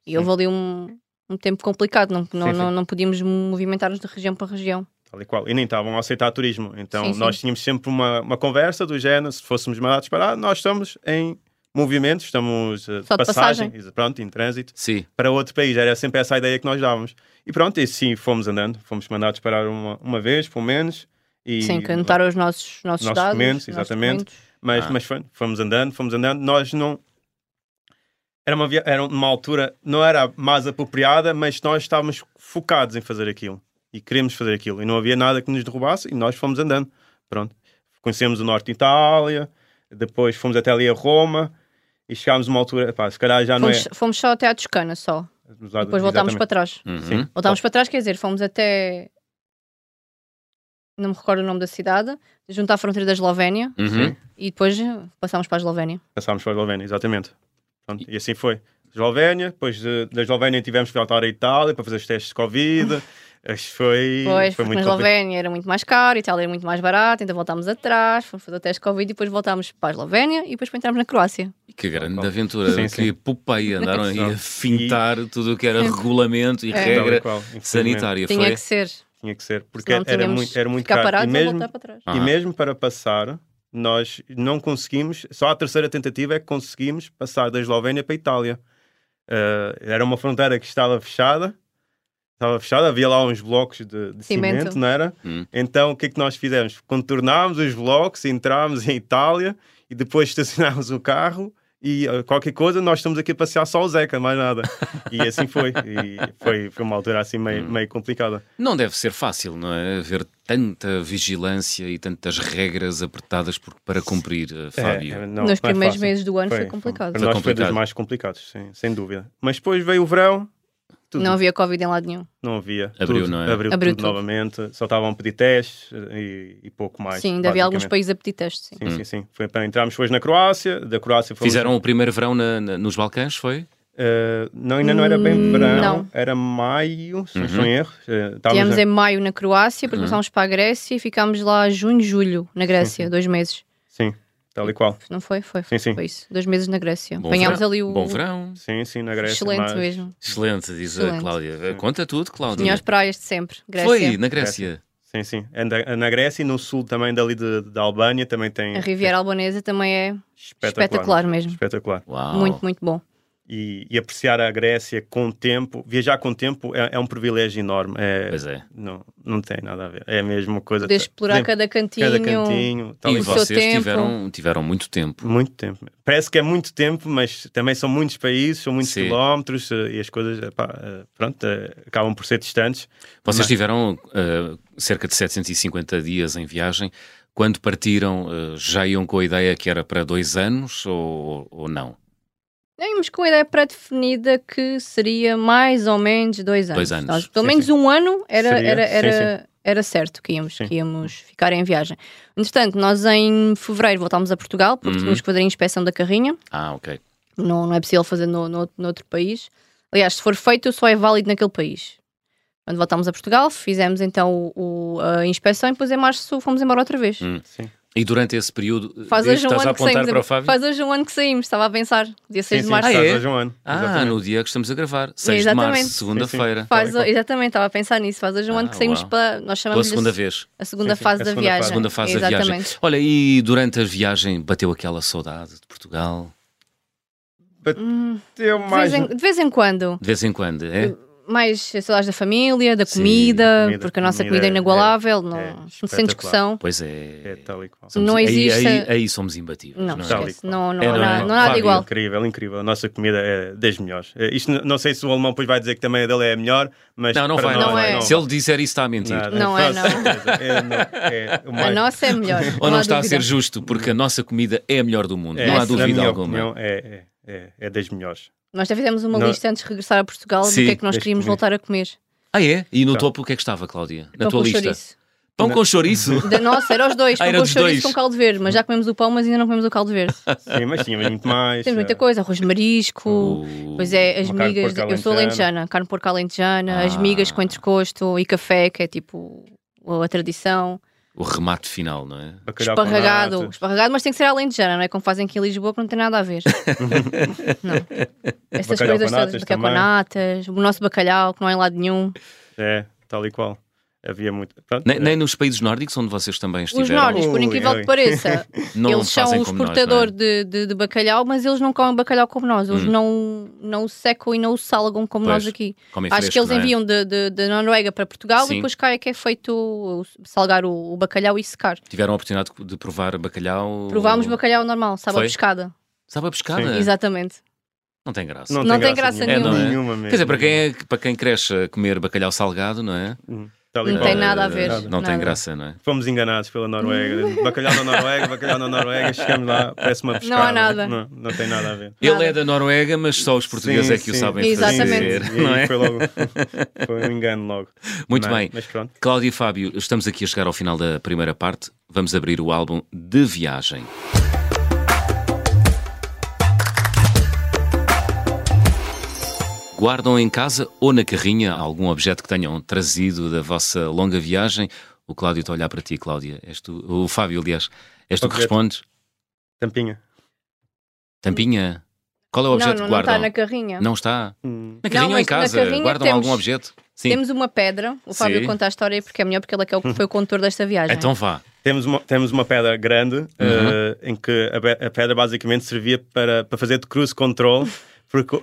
Speaker 2: E
Speaker 3: Sim.
Speaker 2: houve ali um, um tempo complicado. Não, não,
Speaker 3: Sim, sim.
Speaker 2: não, não podíamos movimentar-nos de região para região.
Speaker 3: Tal e qual. E nem estavam a aceitar turismo. Então
Speaker 2: Sim, sim.
Speaker 3: nós tínhamos sempre uma, uma conversa do género, se fôssemos mandados para lá, nós estamos em movimento, estamos eh, de
Speaker 2: Só de
Speaker 3: passagem, pronto, em trânsito.
Speaker 1: Sim.
Speaker 3: para outro país. Era sempre essa a ideia que nós dávamos. E pronto, e sim, fomos andando. Fomos mandados parar uma, uma vez, pelo menos. E,
Speaker 2: Sim, que anotaram os nossos, nossos,
Speaker 3: Nossos
Speaker 2: dados.
Speaker 3: documentos,
Speaker 2: nossos
Speaker 3: exatamente.
Speaker 2: documentos.
Speaker 3: Mas,
Speaker 1: Ah.
Speaker 3: mas foi, fomos andando, fomos andando. Nós não. Era uma, via- era uma altura, não era a mais apropriada, mas nós estávamos focados em fazer aquilo. E queríamos fazer aquilo. E não havia nada que nos derrubasse e nós fomos andando. Pronto. Conhecemos o norte de Itália, depois fomos até ali a Roma e chegámos a uma altura, pá, se calhar já é
Speaker 2: Fomos, fomos só até à Toscana, só.
Speaker 3: não é.
Speaker 2: Depois voltámos para trás.
Speaker 1: Uhum.
Speaker 3: Sim.
Speaker 2: Voltámos para trás, quer dizer, fomos até. Não me recordo o nome da cidade, junto à fronteira da Eslovénia
Speaker 1: Uhum.
Speaker 2: e depois passámos para a Eslovénia.
Speaker 3: Passámos para a Eslovénia, exatamente. Pronto, e assim foi. Eslovénia, depois de- da Eslovénia tivemos que voltar à Itália para fazer os testes de Covid. Acho que
Speaker 2: Uhum. Pois, porque
Speaker 3: foi, foi
Speaker 2: na
Speaker 3: muito complicado.
Speaker 2: Eslovénia era muito mais caro, Itália era muito mais barato, então voltámos atrás, fomos fazer o teste de Covid e depois voltámos para a Eslovénia e depois para entrarmos na Croácia.
Speaker 1: E Que grande aventura,
Speaker 3: Sim,
Speaker 1: que popeia. Andaram aí a
Speaker 3: Exato. Então,
Speaker 1: fintar tudo o que era regulamento e
Speaker 2: É.
Speaker 3: Tal e
Speaker 1: regra
Speaker 3: qual, infelizmente,
Speaker 1: sanitária.
Speaker 2: Tinha
Speaker 1: Foi?
Speaker 2: que ser.
Speaker 3: Tinha que ser, porque
Speaker 2: senão
Speaker 3: era
Speaker 2: tínhamos
Speaker 3: muito, era
Speaker 2: que
Speaker 3: muito
Speaker 2: ficar
Speaker 3: caro.
Speaker 2: parados
Speaker 3: e,
Speaker 2: e
Speaker 3: mesmo,
Speaker 2: voltar para trás.
Speaker 3: e
Speaker 1: Aham.
Speaker 3: mesmo para passar, nós não conseguimos, só a terceira tentativa é que conseguimos passar da Eslovénia para a Itália. Ah, era uma fronteira que estava fechada, estava fechada, havia lá uns blocos de, de
Speaker 2: Cimento.
Speaker 3: cimento. não era?
Speaker 1: Hum.
Speaker 3: Então o que é que nós fizemos? Contornámos os blocos, entrámos em Itália e depois [laughs] estacionámos o carro e ah, qualquer coisa, nós estamos aqui a passear só o Zeca, mais nada. E assim foi. E foi, foi uma altura assim meio,
Speaker 1: Hum.
Speaker 3: meio complicada.
Speaker 1: Não deve ser fácil, não é? Haver tanta vigilância e tantas regras apertadas por- para cumprir, eh, Fábio.
Speaker 3: É, não- não é
Speaker 2: Nos primeiros
Speaker 3: fácil.
Speaker 2: meses do ano foi, complicado.
Speaker 3: Para
Speaker 1: Foi
Speaker 3: nós foi um
Speaker 1: complicado.
Speaker 3: dos mais complicados, sim, sem dúvida. Mas depois veio o verão, tudo.
Speaker 2: Não havia Covid em lado nenhum.
Speaker 3: não havia.
Speaker 1: Abriu,
Speaker 3: tudo,
Speaker 1: não é?
Speaker 3: Abriu,
Speaker 2: Abriu
Speaker 3: tudo,
Speaker 2: tudo.
Speaker 3: novamente. Só estavam a pedir testes eh, e, e pouco mais.
Speaker 2: sim, ainda havia alguns
Speaker 3: basicamente.
Speaker 2: países a pedir testes. Sim.
Speaker 1: países.
Speaker 3: Sim, sim, sim. Foi para entrarmos depois na Croácia, da Croácia fomos,
Speaker 1: Fizeram o primeiro verão na- na- nos Balcãs, foi?
Speaker 3: eh, não, ainda não era bem
Speaker 2: Hum,
Speaker 3: verão,
Speaker 2: não.
Speaker 3: era maio, se não
Speaker 1: Uhum.
Speaker 3: estou em erro. Eh, estávamos
Speaker 2: Tivemos
Speaker 3: a-
Speaker 2: em maio na Croácia, depois
Speaker 1: Uhum.
Speaker 2: passámos para a Grécia e ficámos lá junho, julho na Grécia, dois meses.
Speaker 3: Sim, tal e qual.
Speaker 2: Não foi? Foi,
Speaker 3: Sim, sim.
Speaker 2: foi isso. Dois meses na Grécia.
Speaker 1: Bom
Speaker 2: Apanhámos
Speaker 1: verão.
Speaker 2: ali o.
Speaker 1: Bom verão.
Speaker 3: Sim, sim, na Grécia.
Speaker 2: Excelente
Speaker 3: mas-
Speaker 2: mesmo.
Speaker 1: Excelente, diz a
Speaker 2: Excelente.
Speaker 1: Cláudia. Conta tudo,
Speaker 2: Tinha
Speaker 1: Cláudia.
Speaker 2: as praias de sempre. Grécia.
Speaker 1: Foi, na Grécia.
Speaker 3: Sim, sim. É Na, na Grécia e no sul também, dali de- da Albânia, também tem.
Speaker 2: A Riviera Albanesa também é
Speaker 3: Espetacular.
Speaker 2: espetacular mesmo.
Speaker 3: Espetacular.
Speaker 1: Uau.
Speaker 2: Muito, muito bom.
Speaker 3: e, e apreciar a Grécia com tempo, viajar com tempo é, é um privilégio enorme. É,
Speaker 1: Pois é.
Speaker 3: não, não tem nada a ver. É a mesma coisa.
Speaker 2: Poder explorar
Speaker 3: Por exemplo,
Speaker 2: cada cantinho.
Speaker 3: cada cantinho. tal
Speaker 1: E
Speaker 3: e
Speaker 2: o seu
Speaker 1: vocês
Speaker 2: tempo.
Speaker 1: tiveram, tiveram muito tempo.
Speaker 3: Muito tempo. Parece que é muito tempo, mas também são muitos países, são muitos
Speaker 1: Sim.
Speaker 3: quilómetros eh, e as coisas eh, pá, eh, pronto, eh, acabam por ser distantes.
Speaker 1: Vocês
Speaker 3: Mas-
Speaker 1: tiveram eh, cerca de 750 dias em viagem. Quando partiram, eh, já iam com a ideia que era para dois anos ou, ou não?
Speaker 2: Não, íamos com a ideia pré-definida que seria mais ou menos dois anos.
Speaker 1: Dois anos.
Speaker 2: Nós, pelo
Speaker 3: Sim,
Speaker 2: menos
Speaker 3: sim.
Speaker 2: um ano era,
Speaker 3: Seria,
Speaker 2: era,
Speaker 3: sim,
Speaker 2: era, era certo que íamos,
Speaker 3: Sim.
Speaker 2: que íamos ficar em viagem. Entretanto, nós em fevereiro voltámos a Portugal porque
Speaker 1: Uhum.
Speaker 2: tínhamos que fazer a inspeção da carrinha.
Speaker 1: Ah, ok.
Speaker 2: Não, não é possível fazer no, no, outro país. Aliás, se for feito, só é válido naquele país. Quando voltámos a Portugal, fizemos então o, o- a inspeção e depois em março fomos embora outra vez.
Speaker 1: Hum.
Speaker 3: Sim.
Speaker 1: E durante esse período,
Speaker 2: Faz
Speaker 1: desde-
Speaker 2: hoje um
Speaker 1: estás a
Speaker 2: ano que
Speaker 1: apontar
Speaker 2: saímos.
Speaker 1: para o Fábio?
Speaker 2: Faz hoje um ano que saímos, estava a pensar. Dia 6 de março.
Speaker 1: Ah, é?
Speaker 3: estás hoje um ano.
Speaker 1: Ah,
Speaker 3: Exatamente.
Speaker 1: no dia que estamos a gravar, 6 de
Speaker 2: Exatamente.
Speaker 1: março, segunda-feira.
Speaker 2: Faz,
Speaker 3: Tal e qual.
Speaker 2: exatamente, estava a pensar nisso. Faz hoje um
Speaker 1: Ah,
Speaker 2: ano que saímos
Speaker 1: uau.
Speaker 2: para. Nós
Speaker 1: Pela
Speaker 2: chamamos
Speaker 1: segunda vez,
Speaker 2: a segunda
Speaker 3: Sim, sim,
Speaker 2: fase
Speaker 3: a
Speaker 2: da
Speaker 3: segunda
Speaker 2: viagem.
Speaker 3: fase.
Speaker 1: segunda fase da
Speaker 2: Exatamente.
Speaker 1: viagem. Olha, e durante a viagem bateu aquela saudade de Portugal?
Speaker 2: Hum,
Speaker 3: Eu
Speaker 2: de, vez
Speaker 3: mais. um-
Speaker 2: em, de vez em quando.
Speaker 1: De vez em quando, é?
Speaker 2: Mais saudades da família, da
Speaker 1: Sim,
Speaker 2: comida,
Speaker 3: comida,
Speaker 2: porque a nossa
Speaker 3: comida
Speaker 2: comida é
Speaker 3: é-
Speaker 2: inagualável, não,
Speaker 3: é
Speaker 2: sem
Speaker 3: espetacular.
Speaker 2: discussão.
Speaker 1: Pois
Speaker 3: É
Speaker 1: é.
Speaker 3: tal e qual.
Speaker 1: Somos-
Speaker 2: Não
Speaker 1: aí-
Speaker 2: existe-
Speaker 1: Aí, aí somos imbatíveis.
Speaker 2: Não,
Speaker 1: Não, é?
Speaker 3: Tal e
Speaker 2: esquece.
Speaker 3: qual.
Speaker 2: Não, não,
Speaker 1: É,
Speaker 2: há
Speaker 1: não
Speaker 2: nada-
Speaker 1: é?
Speaker 2: não há nada
Speaker 1: Fábio.
Speaker 2: igual.
Speaker 3: Incrível, incrível. A nossa comida é das melhores. Eh, Isto n- não sei se o alemão depois vai dizer que também a dele é a melhor, mas.
Speaker 1: não, não
Speaker 3: para
Speaker 1: vai.
Speaker 3: nós é
Speaker 1: Não
Speaker 2: vai,
Speaker 1: vai.
Speaker 2: não é.
Speaker 1: Se ele disser isso, está a mentir.
Speaker 3: Nada.
Speaker 2: Não é,
Speaker 3: Com
Speaker 2: não.
Speaker 3: certeza. É, não.
Speaker 2: [laughs]
Speaker 3: É o
Speaker 2: A
Speaker 3: mais-
Speaker 2: nossa é melhor.
Speaker 1: Ou não
Speaker 2: há
Speaker 1: está a
Speaker 2: dúvida.
Speaker 1: ser justo, porque a nossa comida é a melhor do mundo.
Speaker 3: é,
Speaker 1: não há
Speaker 3: na
Speaker 1: dúvida
Speaker 3: minha
Speaker 1: alguma.
Speaker 3: opinião, é, é, é, é das melhores.
Speaker 2: Nós já fizemos uma
Speaker 3: Não-
Speaker 2: lista antes de regressar a Portugal do
Speaker 1: Sim,
Speaker 2: que é que nós
Speaker 3: deixa
Speaker 2: queríamos
Speaker 3: comigo.
Speaker 2: voltar a comer.
Speaker 1: Ah, é? E no
Speaker 3: Tá.
Speaker 1: topo o que é que estava, Cláudia? Na
Speaker 2: Pão
Speaker 1: tua
Speaker 2: com
Speaker 1: lista?
Speaker 2: chouriço.
Speaker 1: Pão
Speaker 3: Não.
Speaker 1: com chouriço?
Speaker 2: Da nossa, era os dois,
Speaker 1: Ah,
Speaker 2: pão
Speaker 1: era
Speaker 2: com
Speaker 1: dos dois.
Speaker 2: chouriço com caldo verde, mas já comemos o pão, mas ainda não comemos o caldo verde.
Speaker 3: Sim, mas tinha muito mais.
Speaker 2: Temos muita
Speaker 3: eh,
Speaker 2: coisa, arroz de marisco, pois é, as
Speaker 3: Uma carne de
Speaker 2: migas,
Speaker 3: porco
Speaker 2: eu sou
Speaker 3: alentejana.
Speaker 2: alentejana, carne de porco alentejana, as
Speaker 1: Ah.
Speaker 2: migas com entrecosto e café, que é tipo a a tradição,
Speaker 1: O remate final, não é?
Speaker 3: bacalhau com
Speaker 2: esparragado,
Speaker 3: natas.
Speaker 2: esparragado, mas tem que ser alentejana, não é como fazem aqui em Lisboa, que não tem nada a
Speaker 3: [laughs]
Speaker 2: ver. não. Essas
Speaker 3: Bacalhau
Speaker 2: coisas
Speaker 3: com
Speaker 2: todas,
Speaker 3: natas
Speaker 2: bacalhau com
Speaker 3: também.
Speaker 2: natas, o nosso bacalhau, que não é em lado nenhum.
Speaker 3: É, tal e qual. Havia muito. Pronto,
Speaker 1: Nem,
Speaker 3: é.
Speaker 1: nem nos países nórdicos onde vocês também
Speaker 2: Os
Speaker 1: estiveram.
Speaker 2: nórdicos, por
Speaker 3: Ui,
Speaker 2: incrível
Speaker 3: ui.
Speaker 2: que
Speaker 3: [laughs]
Speaker 2: pareça,
Speaker 1: não
Speaker 2: eles são
Speaker 1: fazem
Speaker 2: o
Speaker 1: como nós, não
Speaker 2: exportador
Speaker 1: é?
Speaker 2: de, de- de bacalhau, mas eles não comem bacalhau como nós, eles
Speaker 1: Hum.
Speaker 2: não, não o secam e não o salgam como
Speaker 1: Pois.
Speaker 2: nós aqui.
Speaker 1: Comem
Speaker 2: Acho
Speaker 1: fresco,
Speaker 2: que eles
Speaker 1: não é?
Speaker 2: enviam da de, da Noruega para Portugal
Speaker 1: Sim.
Speaker 2: e depois cá é que é feito o- salgar o, o bacalhau e secar.
Speaker 1: Tiveram a oportunidade de provar bacalhau.
Speaker 2: Provámos bacalhau normal, sabe a
Speaker 1: Foi? Ah.
Speaker 2: pescada.
Speaker 1: Sabe a pescada?
Speaker 3: Sim.
Speaker 2: Exatamente.
Speaker 1: Não tem graça.
Speaker 3: Não,
Speaker 2: não
Speaker 3: tem graça, nenhuma,
Speaker 1: nenhuma. É, não é?
Speaker 3: mesmo.
Speaker 1: Quer dizer, para quem, é, para quem cresce a comer bacalhau salgado, não é?
Speaker 3: Hum, tal e
Speaker 2: Não
Speaker 3: qual. é.
Speaker 2: tem nada a
Speaker 1: Eh,
Speaker 2: ver,
Speaker 1: Não tem
Speaker 2: nada.
Speaker 1: graça, não é?
Speaker 3: Fomos enganados
Speaker 2: [laughs]
Speaker 3: pela Noruega. bacalhau na Noruega, bacalhau na Noruega, chegamos lá, parece uma pescada. né?
Speaker 2: nada.
Speaker 3: Não, não tem nada a ver.
Speaker 1: Ele
Speaker 2: Nada.
Speaker 1: é da Noruega, mas só os portugueses
Speaker 3: Sim,
Speaker 1: é que o
Speaker 3: sim.
Speaker 1: sabem [laughs]
Speaker 2: Exatamente.
Speaker 1: fazer.
Speaker 3: E
Speaker 1: Não é?
Speaker 3: Foi logo. [laughs] Foi um engano logo.
Speaker 1: Muito
Speaker 3: Não é?
Speaker 1: bem.
Speaker 3: Mas pronto.
Speaker 1: Cláudio e Fábio, estamos aqui a chegar ao final da primeira parte. Vamos abrir o álbum de viagem. Guardam em casa ou na carrinha algum objeto que tenham trazido da vossa longa viagem? O Cláudio está a olhar para ti, Cláudia. És tu, o Fábio, aliás. És tu que
Speaker 3: Objeto.
Speaker 1: respondes?
Speaker 3: Tampinha.
Speaker 1: Tampinha? Qual é o
Speaker 2: Não,
Speaker 1: objeto
Speaker 2: não,
Speaker 1: que
Speaker 2: não está
Speaker 1: guardam?
Speaker 2: na carrinha.
Speaker 1: Não está?
Speaker 3: Hum,
Speaker 1: Na carrinha ou em
Speaker 2: mas na
Speaker 1: casa?
Speaker 2: carrinha
Speaker 1: guardam
Speaker 2: temos-
Speaker 1: algum objeto? Sim.
Speaker 2: Temos uma pedra, o Fábio
Speaker 1: Sim.
Speaker 2: conta a história aí porque é melhor, porque ele é que
Speaker 1: [laughs]
Speaker 2: é o- foi o condutor desta viagem.
Speaker 1: Então vá.
Speaker 3: Temos uma, temos uma pedra grande eh, em que a, be- a pedra basicamente servia para, para fazer de cruise control. [laughs] Porque,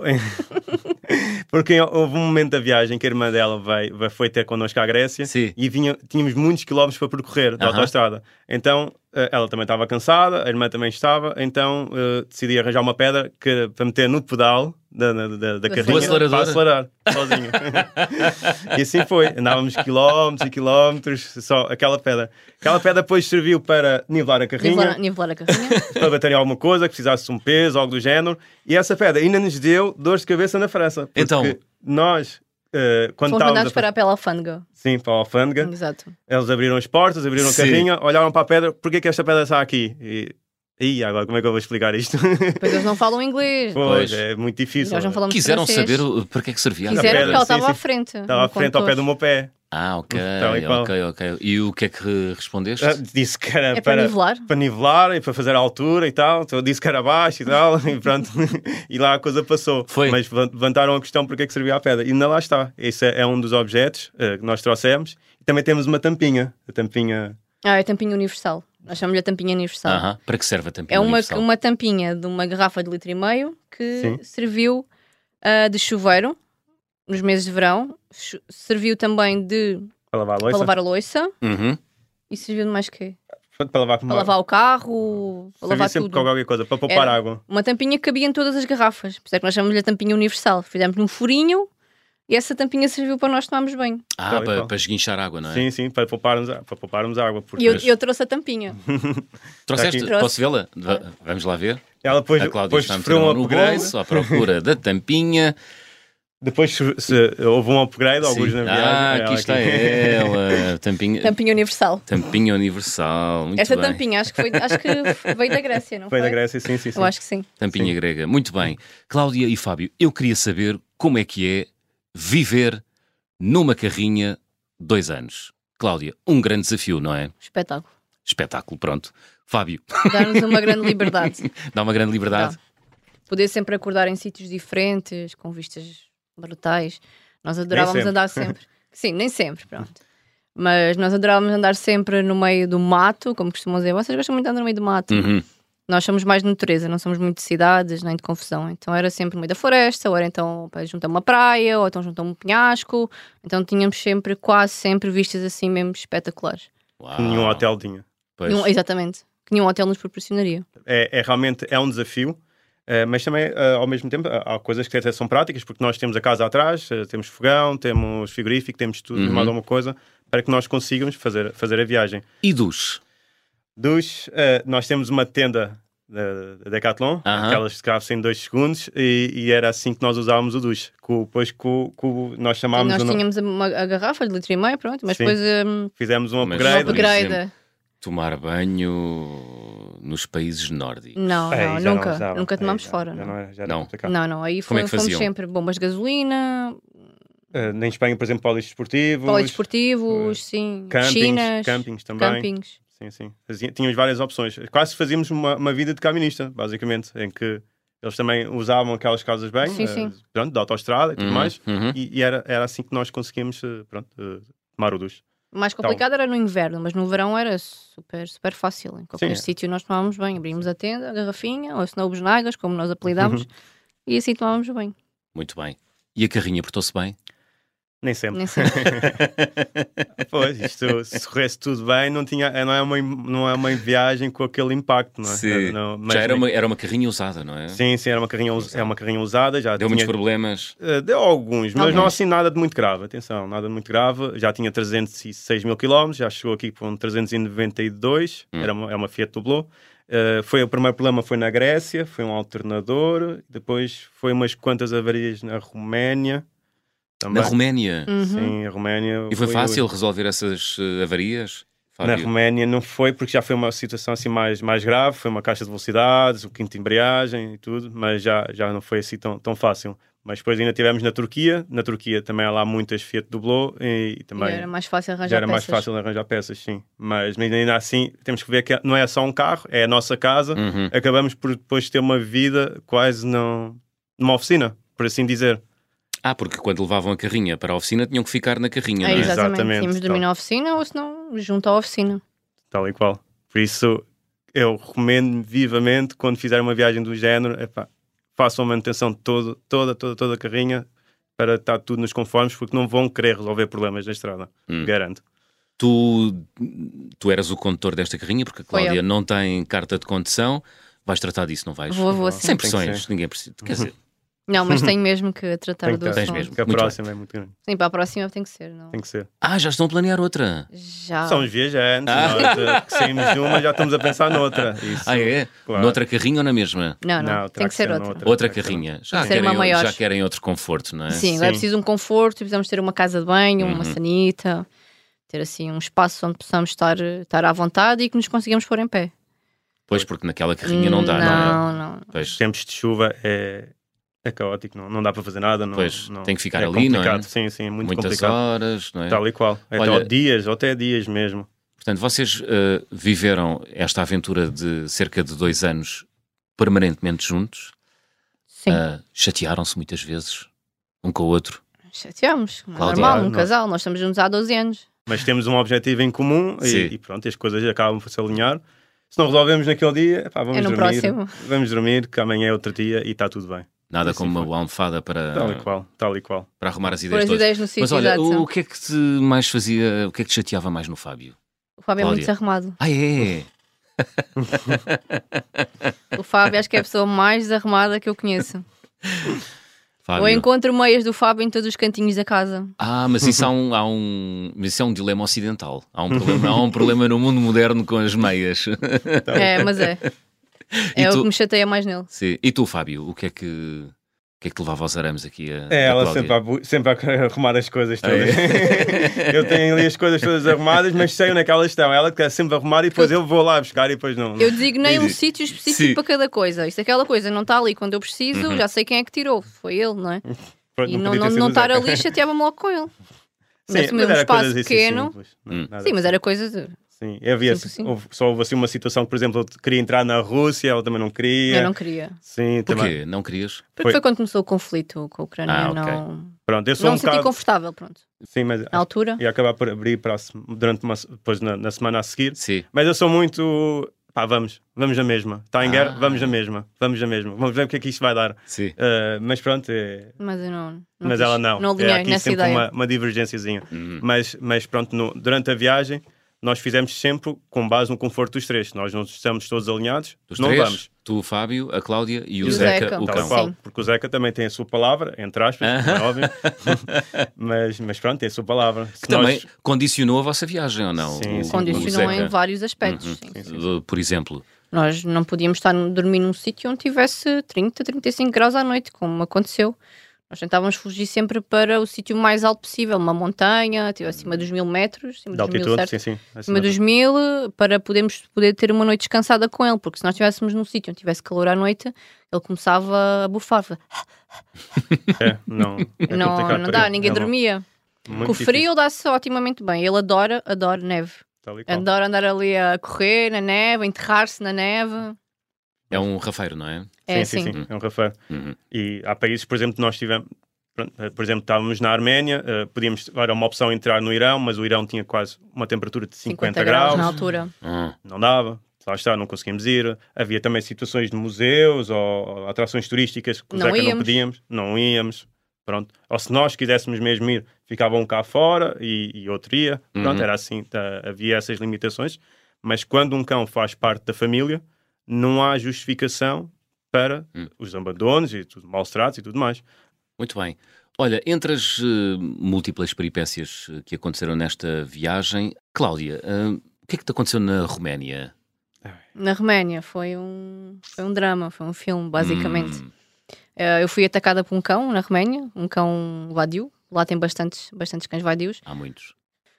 Speaker 3: porque houve um momento da viagem que a irmã dela veio, veio- foi ter connosco à Grécia
Speaker 1: Sim.
Speaker 3: e vinha, tínhamos muitos quilómetros para percorrer da
Speaker 1: Aham.
Speaker 3: autoestrada. Então eh, ela também estava cansada, a irmã também estava, então eh, decidi arranjar uma pedra que, para meter no pedal da, da, da- da, carrinha
Speaker 1: aceleradora?
Speaker 3: para acelerar
Speaker 1: [laughs]
Speaker 3: sozinho. e assim foi. Andávamos quilómetros e quilómetros, só aquela pedra. Aquela pedra depois serviu para nivelar a carrinha
Speaker 2: nivelar, nivelar
Speaker 1: [laughs]
Speaker 2: a carrinha.
Speaker 3: para bater em alguma coisa, que precisasse de um peso, algo do género. E essa pedra ainda nos deu dores de cabeça na França. Porque
Speaker 1: Então.
Speaker 3: nós, eh, quando
Speaker 2: Fomos
Speaker 3: estávamos
Speaker 2: mandados
Speaker 3: a fazer-
Speaker 2: para a pela alfândega.
Speaker 3: Sim, para a
Speaker 1: É.
Speaker 3: alfândega,
Speaker 2: Exato.
Speaker 3: eles abriram as portas, abriram a
Speaker 1: Sim.
Speaker 3: carrinha, olharam para a pedra, porquê que esta pedra está aqui? E... Ih, agora como é que eu vou explicar isto? [laughs]
Speaker 2: Depois eles não falam inglês.
Speaker 3: pois,
Speaker 1: Pois.
Speaker 3: é muito
Speaker 2: e
Speaker 3: difícil.
Speaker 2: Nós não falamos
Speaker 1: Quiseram
Speaker 2: francês.
Speaker 1: saber o- para que é que servia a
Speaker 3: Quiseram
Speaker 2: Quiseram
Speaker 1: pedra.
Speaker 2: porque ela
Speaker 3: Sim,
Speaker 2: estava
Speaker 3: sim.
Speaker 2: à frente.
Speaker 3: Estava à
Speaker 2: no
Speaker 3: frente ao pé
Speaker 2: condutor.
Speaker 3: do meu pé.
Speaker 1: Ah, ok,
Speaker 3: Tal Então, e qual.
Speaker 1: ok, ok. E o que é que respondeste?
Speaker 3: Ah, Disse que era
Speaker 2: É para
Speaker 3: para,
Speaker 2: nivelar.
Speaker 3: para nivelar e para fazer a altura e tal. Então, disse que era baixo e tal. [laughs] E pronto. e lá a coisa passou.
Speaker 1: Foi.
Speaker 3: Mas van- levantaram a questão porque é que servia a pedra. E ainda lá está. Esse é, é um dos objetos eh, que nós trouxemos. E também temos uma tampinha. A tampinha.
Speaker 2: Ah, é a tampinha universal. Nós chamamos-lhe a tampinha universal.
Speaker 1: Aham. Para que serve a tampinha
Speaker 2: É uma,
Speaker 1: universal?
Speaker 2: uma tampinha de uma garrafa de litro e meio que
Speaker 3: Sim.
Speaker 2: serviu ah, de chuveiro, nos meses de verão. Chu- Serviu também de
Speaker 3: Para lavar a
Speaker 2: para
Speaker 3: louça?
Speaker 2: lavar a louça
Speaker 1: Uhum.
Speaker 2: e serviu de mais quê?
Speaker 3: Pronto, Para lavar,
Speaker 2: Para lavar o carro, para lavar
Speaker 3: sempre
Speaker 2: tudo.
Speaker 3: com qualquer coisa, para poupar
Speaker 2: Era.
Speaker 3: água.
Speaker 2: Uma tampinha que cabia em todas as garrafas. Por isso é que nós chamamos-lhe a tampinha universal. Fizemos um furinho e essa tampinha serviu para nós tomarmos banho.
Speaker 1: Ah,
Speaker 3: Tal e
Speaker 1: para,
Speaker 3: qual.
Speaker 1: para esguinchar água, não é?
Speaker 3: Sim, sim, para pouparmos, a- para pouparmos água. Porque
Speaker 2: E eu, eu trouxe a
Speaker 3: [laughs]
Speaker 2: tampinha.
Speaker 1: Trouxeste?
Speaker 3: Está
Speaker 2: aqui.
Speaker 1: Posso vê-la? Va- Vamos lá ver.
Speaker 3: ela depois,
Speaker 1: A Cláudia
Speaker 3: depois
Speaker 1: está a meter
Speaker 3: sofreu
Speaker 1: a mão
Speaker 3: um
Speaker 1: no
Speaker 3: upgrade.
Speaker 1: bolso à procura da
Speaker 3: [laughs]
Speaker 1: tampinha.
Speaker 3: Depois se- se- houve um upgrade, alguns
Speaker 1: Sim.
Speaker 3: na viagem. é
Speaker 1: ah,
Speaker 3: ela
Speaker 1: aqui
Speaker 3: [laughs]
Speaker 1: está ela. Tampinha,
Speaker 2: Tampinha universal.
Speaker 1: tampinha universal. Muito
Speaker 2: essa
Speaker 1: bem.
Speaker 2: tampinha acho que, foi, acho que veio da Grécia, não foi?
Speaker 3: Foi da Grécia, sim, sim, sim.
Speaker 2: Eu acho que sim.
Speaker 1: Tampinha grega. Muito bem. Cláudia e Fábio, eu queria saber como é que é viver numa carrinha dois anos. Cláudia, um grande desafio, não é?
Speaker 2: Espetáculo.
Speaker 1: Espetáculo, pronto. Fábio, [laughs]
Speaker 2: Dá-nos uma grande liberdade.
Speaker 1: dá uma grande liberdade.
Speaker 2: Poder sempre acordar em sítios diferentes, com vistas brutais. Nós
Speaker 3: Nem
Speaker 2: adorávamos
Speaker 3: sempre.
Speaker 2: andar
Speaker 3: [laughs]
Speaker 2: sempre. Sim, nem sempre, pronto. Mas nós adorávamos andar sempre no meio do mato, como costumam dizer. Vocês gostam muito de andar no meio do mato.
Speaker 1: Uhum.
Speaker 2: Nós somos mais de natureza, não somos muito de cidades, nem de confusão. Então era sempre no meio da floresta, ou era então pá, junto a uma praia, ou então junto a um penhasco. Então tínhamos sempre, quase sempre, vistas assim mesmo espetaculares.
Speaker 1: Uau.
Speaker 3: Que Nenhum um hotel tinha.
Speaker 1: Pois.
Speaker 2: Nenhum- exatamente. Que nenhum hotel nos proporcionaria.
Speaker 3: É, é realmente é um desafio, eh, mas também, eh, ao mesmo tempo, há há coisas que até são práticas, porque nós temos a casa atrás, eh, temos fogão, temos frigorífico, temos tudo,
Speaker 1: Uhum.
Speaker 3: mais alguma coisa, para que nós consigamos fazer, fazer a viagem.
Speaker 1: E dos?
Speaker 3: Dos, eh, nós temos uma tenda da da Decathlon,
Speaker 1: Aham.
Speaker 3: aquelas que cabem em dois segundos, e, e era assim que nós usávamos o duche. Co- Depois co- co- nós
Speaker 2: E
Speaker 3: chamámos, um,
Speaker 2: nós
Speaker 3: o no-
Speaker 2: tínhamos uma, a garrafa de litro e meio, pronto, mas
Speaker 3: Sim.
Speaker 2: depois hum,
Speaker 3: fizemos
Speaker 1: Mas-
Speaker 3: um
Speaker 2: uma
Speaker 1: Grade,
Speaker 3: upgrade.
Speaker 1: por exemplo.
Speaker 2: upgrade.
Speaker 1: Tomar banho nos países nórdicos.
Speaker 2: Não,
Speaker 3: Aí
Speaker 2: não,
Speaker 3: É, já não
Speaker 2: nunca.
Speaker 3: usava,
Speaker 2: nunca
Speaker 3: aí
Speaker 2: tomámos
Speaker 3: já-
Speaker 2: fora.
Speaker 3: já
Speaker 2: não.
Speaker 3: não é era- já
Speaker 1: Não.
Speaker 3: era complicado.
Speaker 2: Não, não, aí
Speaker 1: Como é
Speaker 2: foi,
Speaker 1: que
Speaker 2: fomos
Speaker 1: faziam?
Speaker 2: sempre bombas de gasolina,
Speaker 3: Eh, na Espanha, por exemplo, pólios desportivos,
Speaker 2: palácios esportivos, sim,
Speaker 3: campings,
Speaker 2: chinas,
Speaker 3: campings também.
Speaker 2: campings.
Speaker 3: Sim, sim. Fazia- Tínhamos várias opções. Quase fazíamos uma, uma vida de caminista, basicamente, em que eles também usavam aquelas casas bem,
Speaker 2: Sim,
Speaker 3: eh,
Speaker 2: sim.
Speaker 3: pronto, da autoestrada e tudo
Speaker 1: Uhum,
Speaker 3: mais,
Speaker 1: uhum.
Speaker 3: e, e era, era assim que nós conseguíamos eh, pronto, eh, tomar o duche.
Speaker 2: O mais complicado era no inverno, mas no verão era super, super fácil. Em qualquer
Speaker 3: Sim.
Speaker 2: sítio nós tomávamos bem. Abrimos a tenda, a garrafinha, ou senão os nagas, como nós
Speaker 3: Uhum.
Speaker 2: apelidámos, e assim tomávamos bem.
Speaker 1: Muito bem. E a carrinha portou-se bem?
Speaker 3: Nem sempre.
Speaker 2: Nem sempre.
Speaker 3: [laughs] Pois, isto, se corresse tudo bem, não, tinha, não, é uma, não é uma viagem com aquele impacto, não é?
Speaker 1: Sim.
Speaker 3: Não, mas
Speaker 1: Já era
Speaker 3: nem-
Speaker 1: uma, era uma carrinha usada, não é?
Speaker 3: Sim, sim, era uma carrinha, us- é uma carrinha usada, já
Speaker 1: Deu muitos
Speaker 3: tinha...
Speaker 1: problemas.
Speaker 3: Eh, Deu alguns, mas não
Speaker 2: Alguns.
Speaker 3: assim nada de muito grave, atenção, nada de muito grave. Já tinha 306 mil quilómetros, já chegou aqui com 392,
Speaker 1: Hum.
Speaker 3: era uma, é uma Fiat Doblô. Eh, foi, o primeiro problema foi na Grécia, foi um alternador, depois foi umas quantas avarias na Roménia.
Speaker 1: Na
Speaker 3: Também.
Speaker 1: Roménia.
Speaker 3: Hum.
Speaker 2: Uhum.
Speaker 3: Sim, a Roménia.
Speaker 1: E foi
Speaker 3: o-
Speaker 1: fácil resolver essas eh, avarias?
Speaker 3: Na
Speaker 1: Fábio?
Speaker 3: Roménia não foi, porque já foi uma situação assim mais, mais grave, foi uma caixa de velocidades, o quinto de embreagem e tudo, mas já, já não foi assim tão, tão fácil. Mas depois ainda tivemos na Turquia, na Turquia também há lá muitas Fiat Doblô e, e
Speaker 2: E
Speaker 3: também
Speaker 2: era mais fácil arranjar
Speaker 3: já era mais
Speaker 2: peças.
Speaker 3: fácil arranjar peças, sim. Mas ainda assim temos que ver que não é só um carro, é a nossa casa,
Speaker 1: Uhum.
Speaker 3: acabamos por depois ter uma vida quase não, numa oficina, por assim dizer.
Speaker 1: Ah, porque quando levavam a carrinha para a oficina tinham que ficar na carrinha,
Speaker 2: É,
Speaker 1: não é?
Speaker 2: exatamente.
Speaker 3: né? Exatamente,
Speaker 2: Tínhamos de dormir
Speaker 3: então.
Speaker 2: na oficina ou senão junto à oficina.
Speaker 3: tal e qual. Por isso, eu recomendo vivamente, quando fizer uma viagem do género, epá, façam a manutenção de todo, toda, toda, toda a carrinha para estar tudo nos conformes, porque não vão querer resolver problemas na estrada.
Speaker 1: Hum.
Speaker 3: Garanto.
Speaker 1: Tu, tu eras o condutor desta carrinha, porque a
Speaker 2: Foi
Speaker 1: Cláudia não tem carta de condução. Vais tratar disso, não vais?
Speaker 2: Vou, vou
Speaker 3: Sim,
Speaker 2: assim.
Speaker 1: Sem
Speaker 3: tem que
Speaker 1: pressões,
Speaker 3: ser.
Speaker 1: ninguém precisa.
Speaker 3: [laughs]
Speaker 1: Quer dizer,
Speaker 2: Não, mas tenho mesmo que tratar
Speaker 3: Tem
Speaker 2: do
Speaker 3: que ter.
Speaker 1: Tens
Speaker 2: assunto.
Speaker 1: mesmo.
Speaker 3: Porque a
Speaker 1: Muito
Speaker 3: próxima é muito grande.
Speaker 2: Sim, para a próxima tem que ser, não?
Speaker 3: Tem que ser.
Speaker 1: ah, já estão a planear outra.
Speaker 2: Já.
Speaker 3: São os viajantes,
Speaker 1: Ah.
Speaker 3: nós, eh, que saímos de uma já estamos a pensar
Speaker 1: [laughs]
Speaker 3: noutra. Isso,
Speaker 1: Ah, é?
Speaker 3: claro.
Speaker 1: Noutra carrinha ou na mesma?
Speaker 2: Não, não.
Speaker 3: Não,
Speaker 2: tem
Speaker 3: terá
Speaker 2: que ser outra.
Speaker 1: Outra
Speaker 3: Tem que ser
Speaker 1: carrinha. Já
Speaker 2: Tem que ser uma
Speaker 1: querem,
Speaker 2: maior.
Speaker 1: já querem outro conforto, não é?
Speaker 2: Sim, agora é
Speaker 3: Sim.
Speaker 2: preciso de um conforto, precisamos ter uma casa de banho, uma
Speaker 1: Uhum.
Speaker 2: sanita, ter assim um espaço onde possamos estar, estar à vontade e que nos consigamos pôr em pé.
Speaker 1: Pois, porque naquela carrinha não dá, não, é?
Speaker 2: não, não.
Speaker 1: Pois.
Speaker 3: Tempos de chuva é, é caótico, não, não dá para fazer nada. Não,
Speaker 1: Pois,
Speaker 3: não-
Speaker 1: tem que ficar
Speaker 3: é
Speaker 1: ali, não é?
Speaker 3: complicado, Sim, sim, é muito
Speaker 1: Muitas
Speaker 3: complicado. Tá
Speaker 1: horas, não é?
Speaker 3: Tal e qual.
Speaker 1: Olha-
Speaker 3: Até dias, ou até dias mesmo.
Speaker 1: Portanto, vocês eh, viveram esta aventura de cerca de dois anos permanentemente juntos.
Speaker 2: Sim,
Speaker 1: Ah, Chatearam-se muitas vezes, um com o outro.
Speaker 2: chateamos. Não é
Speaker 1: Cláudia,
Speaker 2: normal, um
Speaker 3: não.
Speaker 2: casal. Nós estamos juntos há 12 anos.
Speaker 3: mas temos um objetivo em comum
Speaker 1: Sim.
Speaker 3: e, e pronto, as coisas acabam por se alinhar. Se não resolvemos naquele dia, pá, vamos
Speaker 2: É no
Speaker 3: dormir.
Speaker 2: próximo.
Speaker 3: Vamos dormir, que amanhã é outro dia e está tudo bem.
Speaker 1: Nada
Speaker 3: Assim
Speaker 1: como uma
Speaker 3: foi.
Speaker 1: boa almofada
Speaker 3: Tal e
Speaker 1: para,
Speaker 3: qual, tal e qual.
Speaker 1: para arrumar as
Speaker 2: Pôr
Speaker 1: ideias
Speaker 2: as
Speaker 1: todas.
Speaker 2: ideias no sítio.
Speaker 1: Mas olha,
Speaker 2: exato.
Speaker 1: o, o que é que te mais fazia, o que é que te chateava mais no Fábio?
Speaker 2: O Fábio é
Speaker 1: Cláudia.
Speaker 2: muito desarrumado.
Speaker 1: Ah, é?
Speaker 2: O Fábio acho que é a pessoa mais desarrumada que eu conheço.
Speaker 1: Fábio.
Speaker 2: Eu encontro meias do Fábio em todos os cantinhos da casa.
Speaker 1: Ah, mas isso, há um, há um, mas isso é um dilema ocidental. Há um problema, há um problema no mundo moderno com as
Speaker 2: [laughs]
Speaker 1: meias.
Speaker 2: É, mas é.
Speaker 1: [laughs] E
Speaker 2: É
Speaker 1: tu-
Speaker 2: o que me chateia mais nele.
Speaker 1: Sim. E tu, Fábio, o que é que, o que, é que te levava aos arames aqui? A,
Speaker 3: É,
Speaker 1: a
Speaker 3: ela
Speaker 1: Cláudia?
Speaker 3: sempre a, bu- sempre a querer arrumar as coisas
Speaker 1: Ah,
Speaker 3: todas.
Speaker 1: é?
Speaker 3: [laughs] eu tenho ali as coisas todas arrumadas, mas sei onde é que elas estão. Ela quer sempre arrumar e depois eu vou lá buscar e depois não.
Speaker 2: Eu designei um
Speaker 1: Entendi.
Speaker 2: sítio específico
Speaker 1: Sim.
Speaker 2: para cada coisa. Isto, é aquela coisa, não está ali quando eu preciso,
Speaker 1: Uhum.
Speaker 2: já sei quem é que tirou. Foi ele, não é?
Speaker 3: Pronto,
Speaker 2: E não,
Speaker 3: podia ter
Speaker 2: não,
Speaker 3: sido
Speaker 2: não
Speaker 3: o
Speaker 2: estar
Speaker 3: Zeca.
Speaker 2: ali chateava-me logo com ele.
Speaker 3: Sim,
Speaker 2: Mas o
Speaker 3: mas
Speaker 2: mesmo
Speaker 3: era
Speaker 2: espaço
Speaker 3: coisas assim
Speaker 2: pequeno.
Speaker 3: simples. Não,
Speaker 1: Hum.
Speaker 3: nada assim.
Speaker 2: Sim, mas era coisa de.
Speaker 3: Sim, havia,
Speaker 2: Simples, sim.
Speaker 3: houve- só houve assim uma situação que, por exemplo, eu queria entrar na Rússia, ela também não queria.
Speaker 2: Eu não queria.
Speaker 3: Sim, também.
Speaker 1: Porquê? Não querias?
Speaker 2: Porque
Speaker 3: Foi-
Speaker 2: foi, quando começou o conflito com a Ucrânia.
Speaker 1: Ah, ok.
Speaker 2: Não,
Speaker 3: Pronto, eu sou
Speaker 2: não
Speaker 3: um
Speaker 2: me senti
Speaker 3: bocado.
Speaker 2: confortável, pronto.
Speaker 3: Sim, mas
Speaker 2: Na altura.
Speaker 3: ia acabar por abrir para a se- durante uma, se- depois na, na semana a seguir.
Speaker 1: Sim.
Speaker 3: Mas eu sou muito. Pá, vamos, vamos a mesma. Está em
Speaker 1: Ah.
Speaker 3: guerra, vamos a mesma, vamos a mesma. Vamos ver o que é que isto vai dar.
Speaker 1: Sim.
Speaker 3: Eh, mas pronto, é-
Speaker 2: Mas eu não. não
Speaker 3: mas
Speaker 2: quis.
Speaker 3: ela não.
Speaker 2: Não
Speaker 3: é
Speaker 2: alinhei
Speaker 3: aqui
Speaker 2: nessa
Speaker 3: sempre
Speaker 2: ideia.
Speaker 3: uma, uma divergênciazinha.
Speaker 1: Uhum.
Speaker 3: Mas, mas pronto, no- durante a viagem, nós fizemos sempre com base no conforto dos três. Nós não estamos todos alinhados,
Speaker 1: Os
Speaker 3: não
Speaker 1: três,
Speaker 3: vamos. Tá
Speaker 1: tu, o Fábio, a Cláudia e o,
Speaker 2: E o
Speaker 1: Zeca,
Speaker 2: Zeca.
Speaker 1: o
Speaker 3: Tal
Speaker 1: cão.
Speaker 3: qual,
Speaker 2: Então, Sim.
Speaker 3: porque o Zeca também tem a sua palavra, entre aspas,
Speaker 1: [laughs]
Speaker 3: como é óbvio. mas, mas pronto, tem a sua palavra.
Speaker 1: Que também condicionou a vossa viagem, ou não?
Speaker 3: Sim,
Speaker 1: O-
Speaker 3: sim.
Speaker 1: o
Speaker 2: Condicionou
Speaker 1: Zeca.
Speaker 2: em vários aspectos.
Speaker 1: Uhum.
Speaker 2: sim.
Speaker 1: Uh, Por exemplo.
Speaker 2: Nós não podíamos estar dormir num sítio onde tivesse 30, 35 graus à noite, como aconteceu. Nós tentávamos fugir sempre para o sítio mais alto possível, uma montanha, tipo, acima dos mil metros, acima
Speaker 3: de
Speaker 2: dos mil,
Speaker 3: altitude,
Speaker 2: certo?
Speaker 3: sim, sim.
Speaker 2: Acima dos mil, para podermos poder ter uma noite descansada com ele, porque se nós estivéssemos num sítio onde tivesse calor à noite, ele começava a bufar. [laughs]
Speaker 3: É, não, é
Speaker 2: não,
Speaker 3: complicado
Speaker 2: não
Speaker 3: para
Speaker 2: dá,
Speaker 3: ele.
Speaker 2: ninguém
Speaker 3: É louco,
Speaker 2: dormia.
Speaker 3: muito
Speaker 2: Com o
Speaker 3: difícil,
Speaker 2: frio dá-se otimamente bem. Ele adora, adora neve.
Speaker 3: tal e qual.
Speaker 2: Adora andar ali a correr na neve, a enterrar-se na neve.
Speaker 1: É um rafeiro, não é?
Speaker 2: É
Speaker 3: sim,
Speaker 2: assim.
Speaker 3: sim, sim, é um Rafael.
Speaker 1: Uhum.
Speaker 3: E há países, por exemplo, que nós tivemos. pronto, eh, Por exemplo, estávamos na Arménia, eh, podíamos, era uma opção entrar no Irão, mas o Irão tinha quase uma temperatura de 50, graus,
Speaker 2: na altura.
Speaker 1: Ah,
Speaker 3: não dava, lá está, não conseguimos ir. Havia também situações de museus ou ou atrações turísticas que o
Speaker 2: Não
Speaker 3: Zeca não
Speaker 2: íamos.
Speaker 3: podíamos, não íamos, pronto. Ou se nós quiséssemos mesmo ir, ficava um cá fora e, e outro ia, pronto,
Speaker 1: Uhum.
Speaker 3: era assim, tá, havia essas limitações. Mas quando um cão faz parte da família, não há justificação para
Speaker 1: Hum.
Speaker 3: os abandonos e tudo, maus tratos e tudo mais.
Speaker 1: Muito bem. Olha, entre as eh, múltiplas peripécias eh, que aconteceram nesta viagem, Cláudia, eh, o que é que te aconteceu na Roménia?
Speaker 2: Na Roménia foi um, foi um drama, foi um filme, basicamente.
Speaker 1: Hum,
Speaker 2: Eh, eu fui atacada por um cão na Roménia, um cão vadio. Lá tem bastantes, bastantes cães vadios.
Speaker 1: há muitos.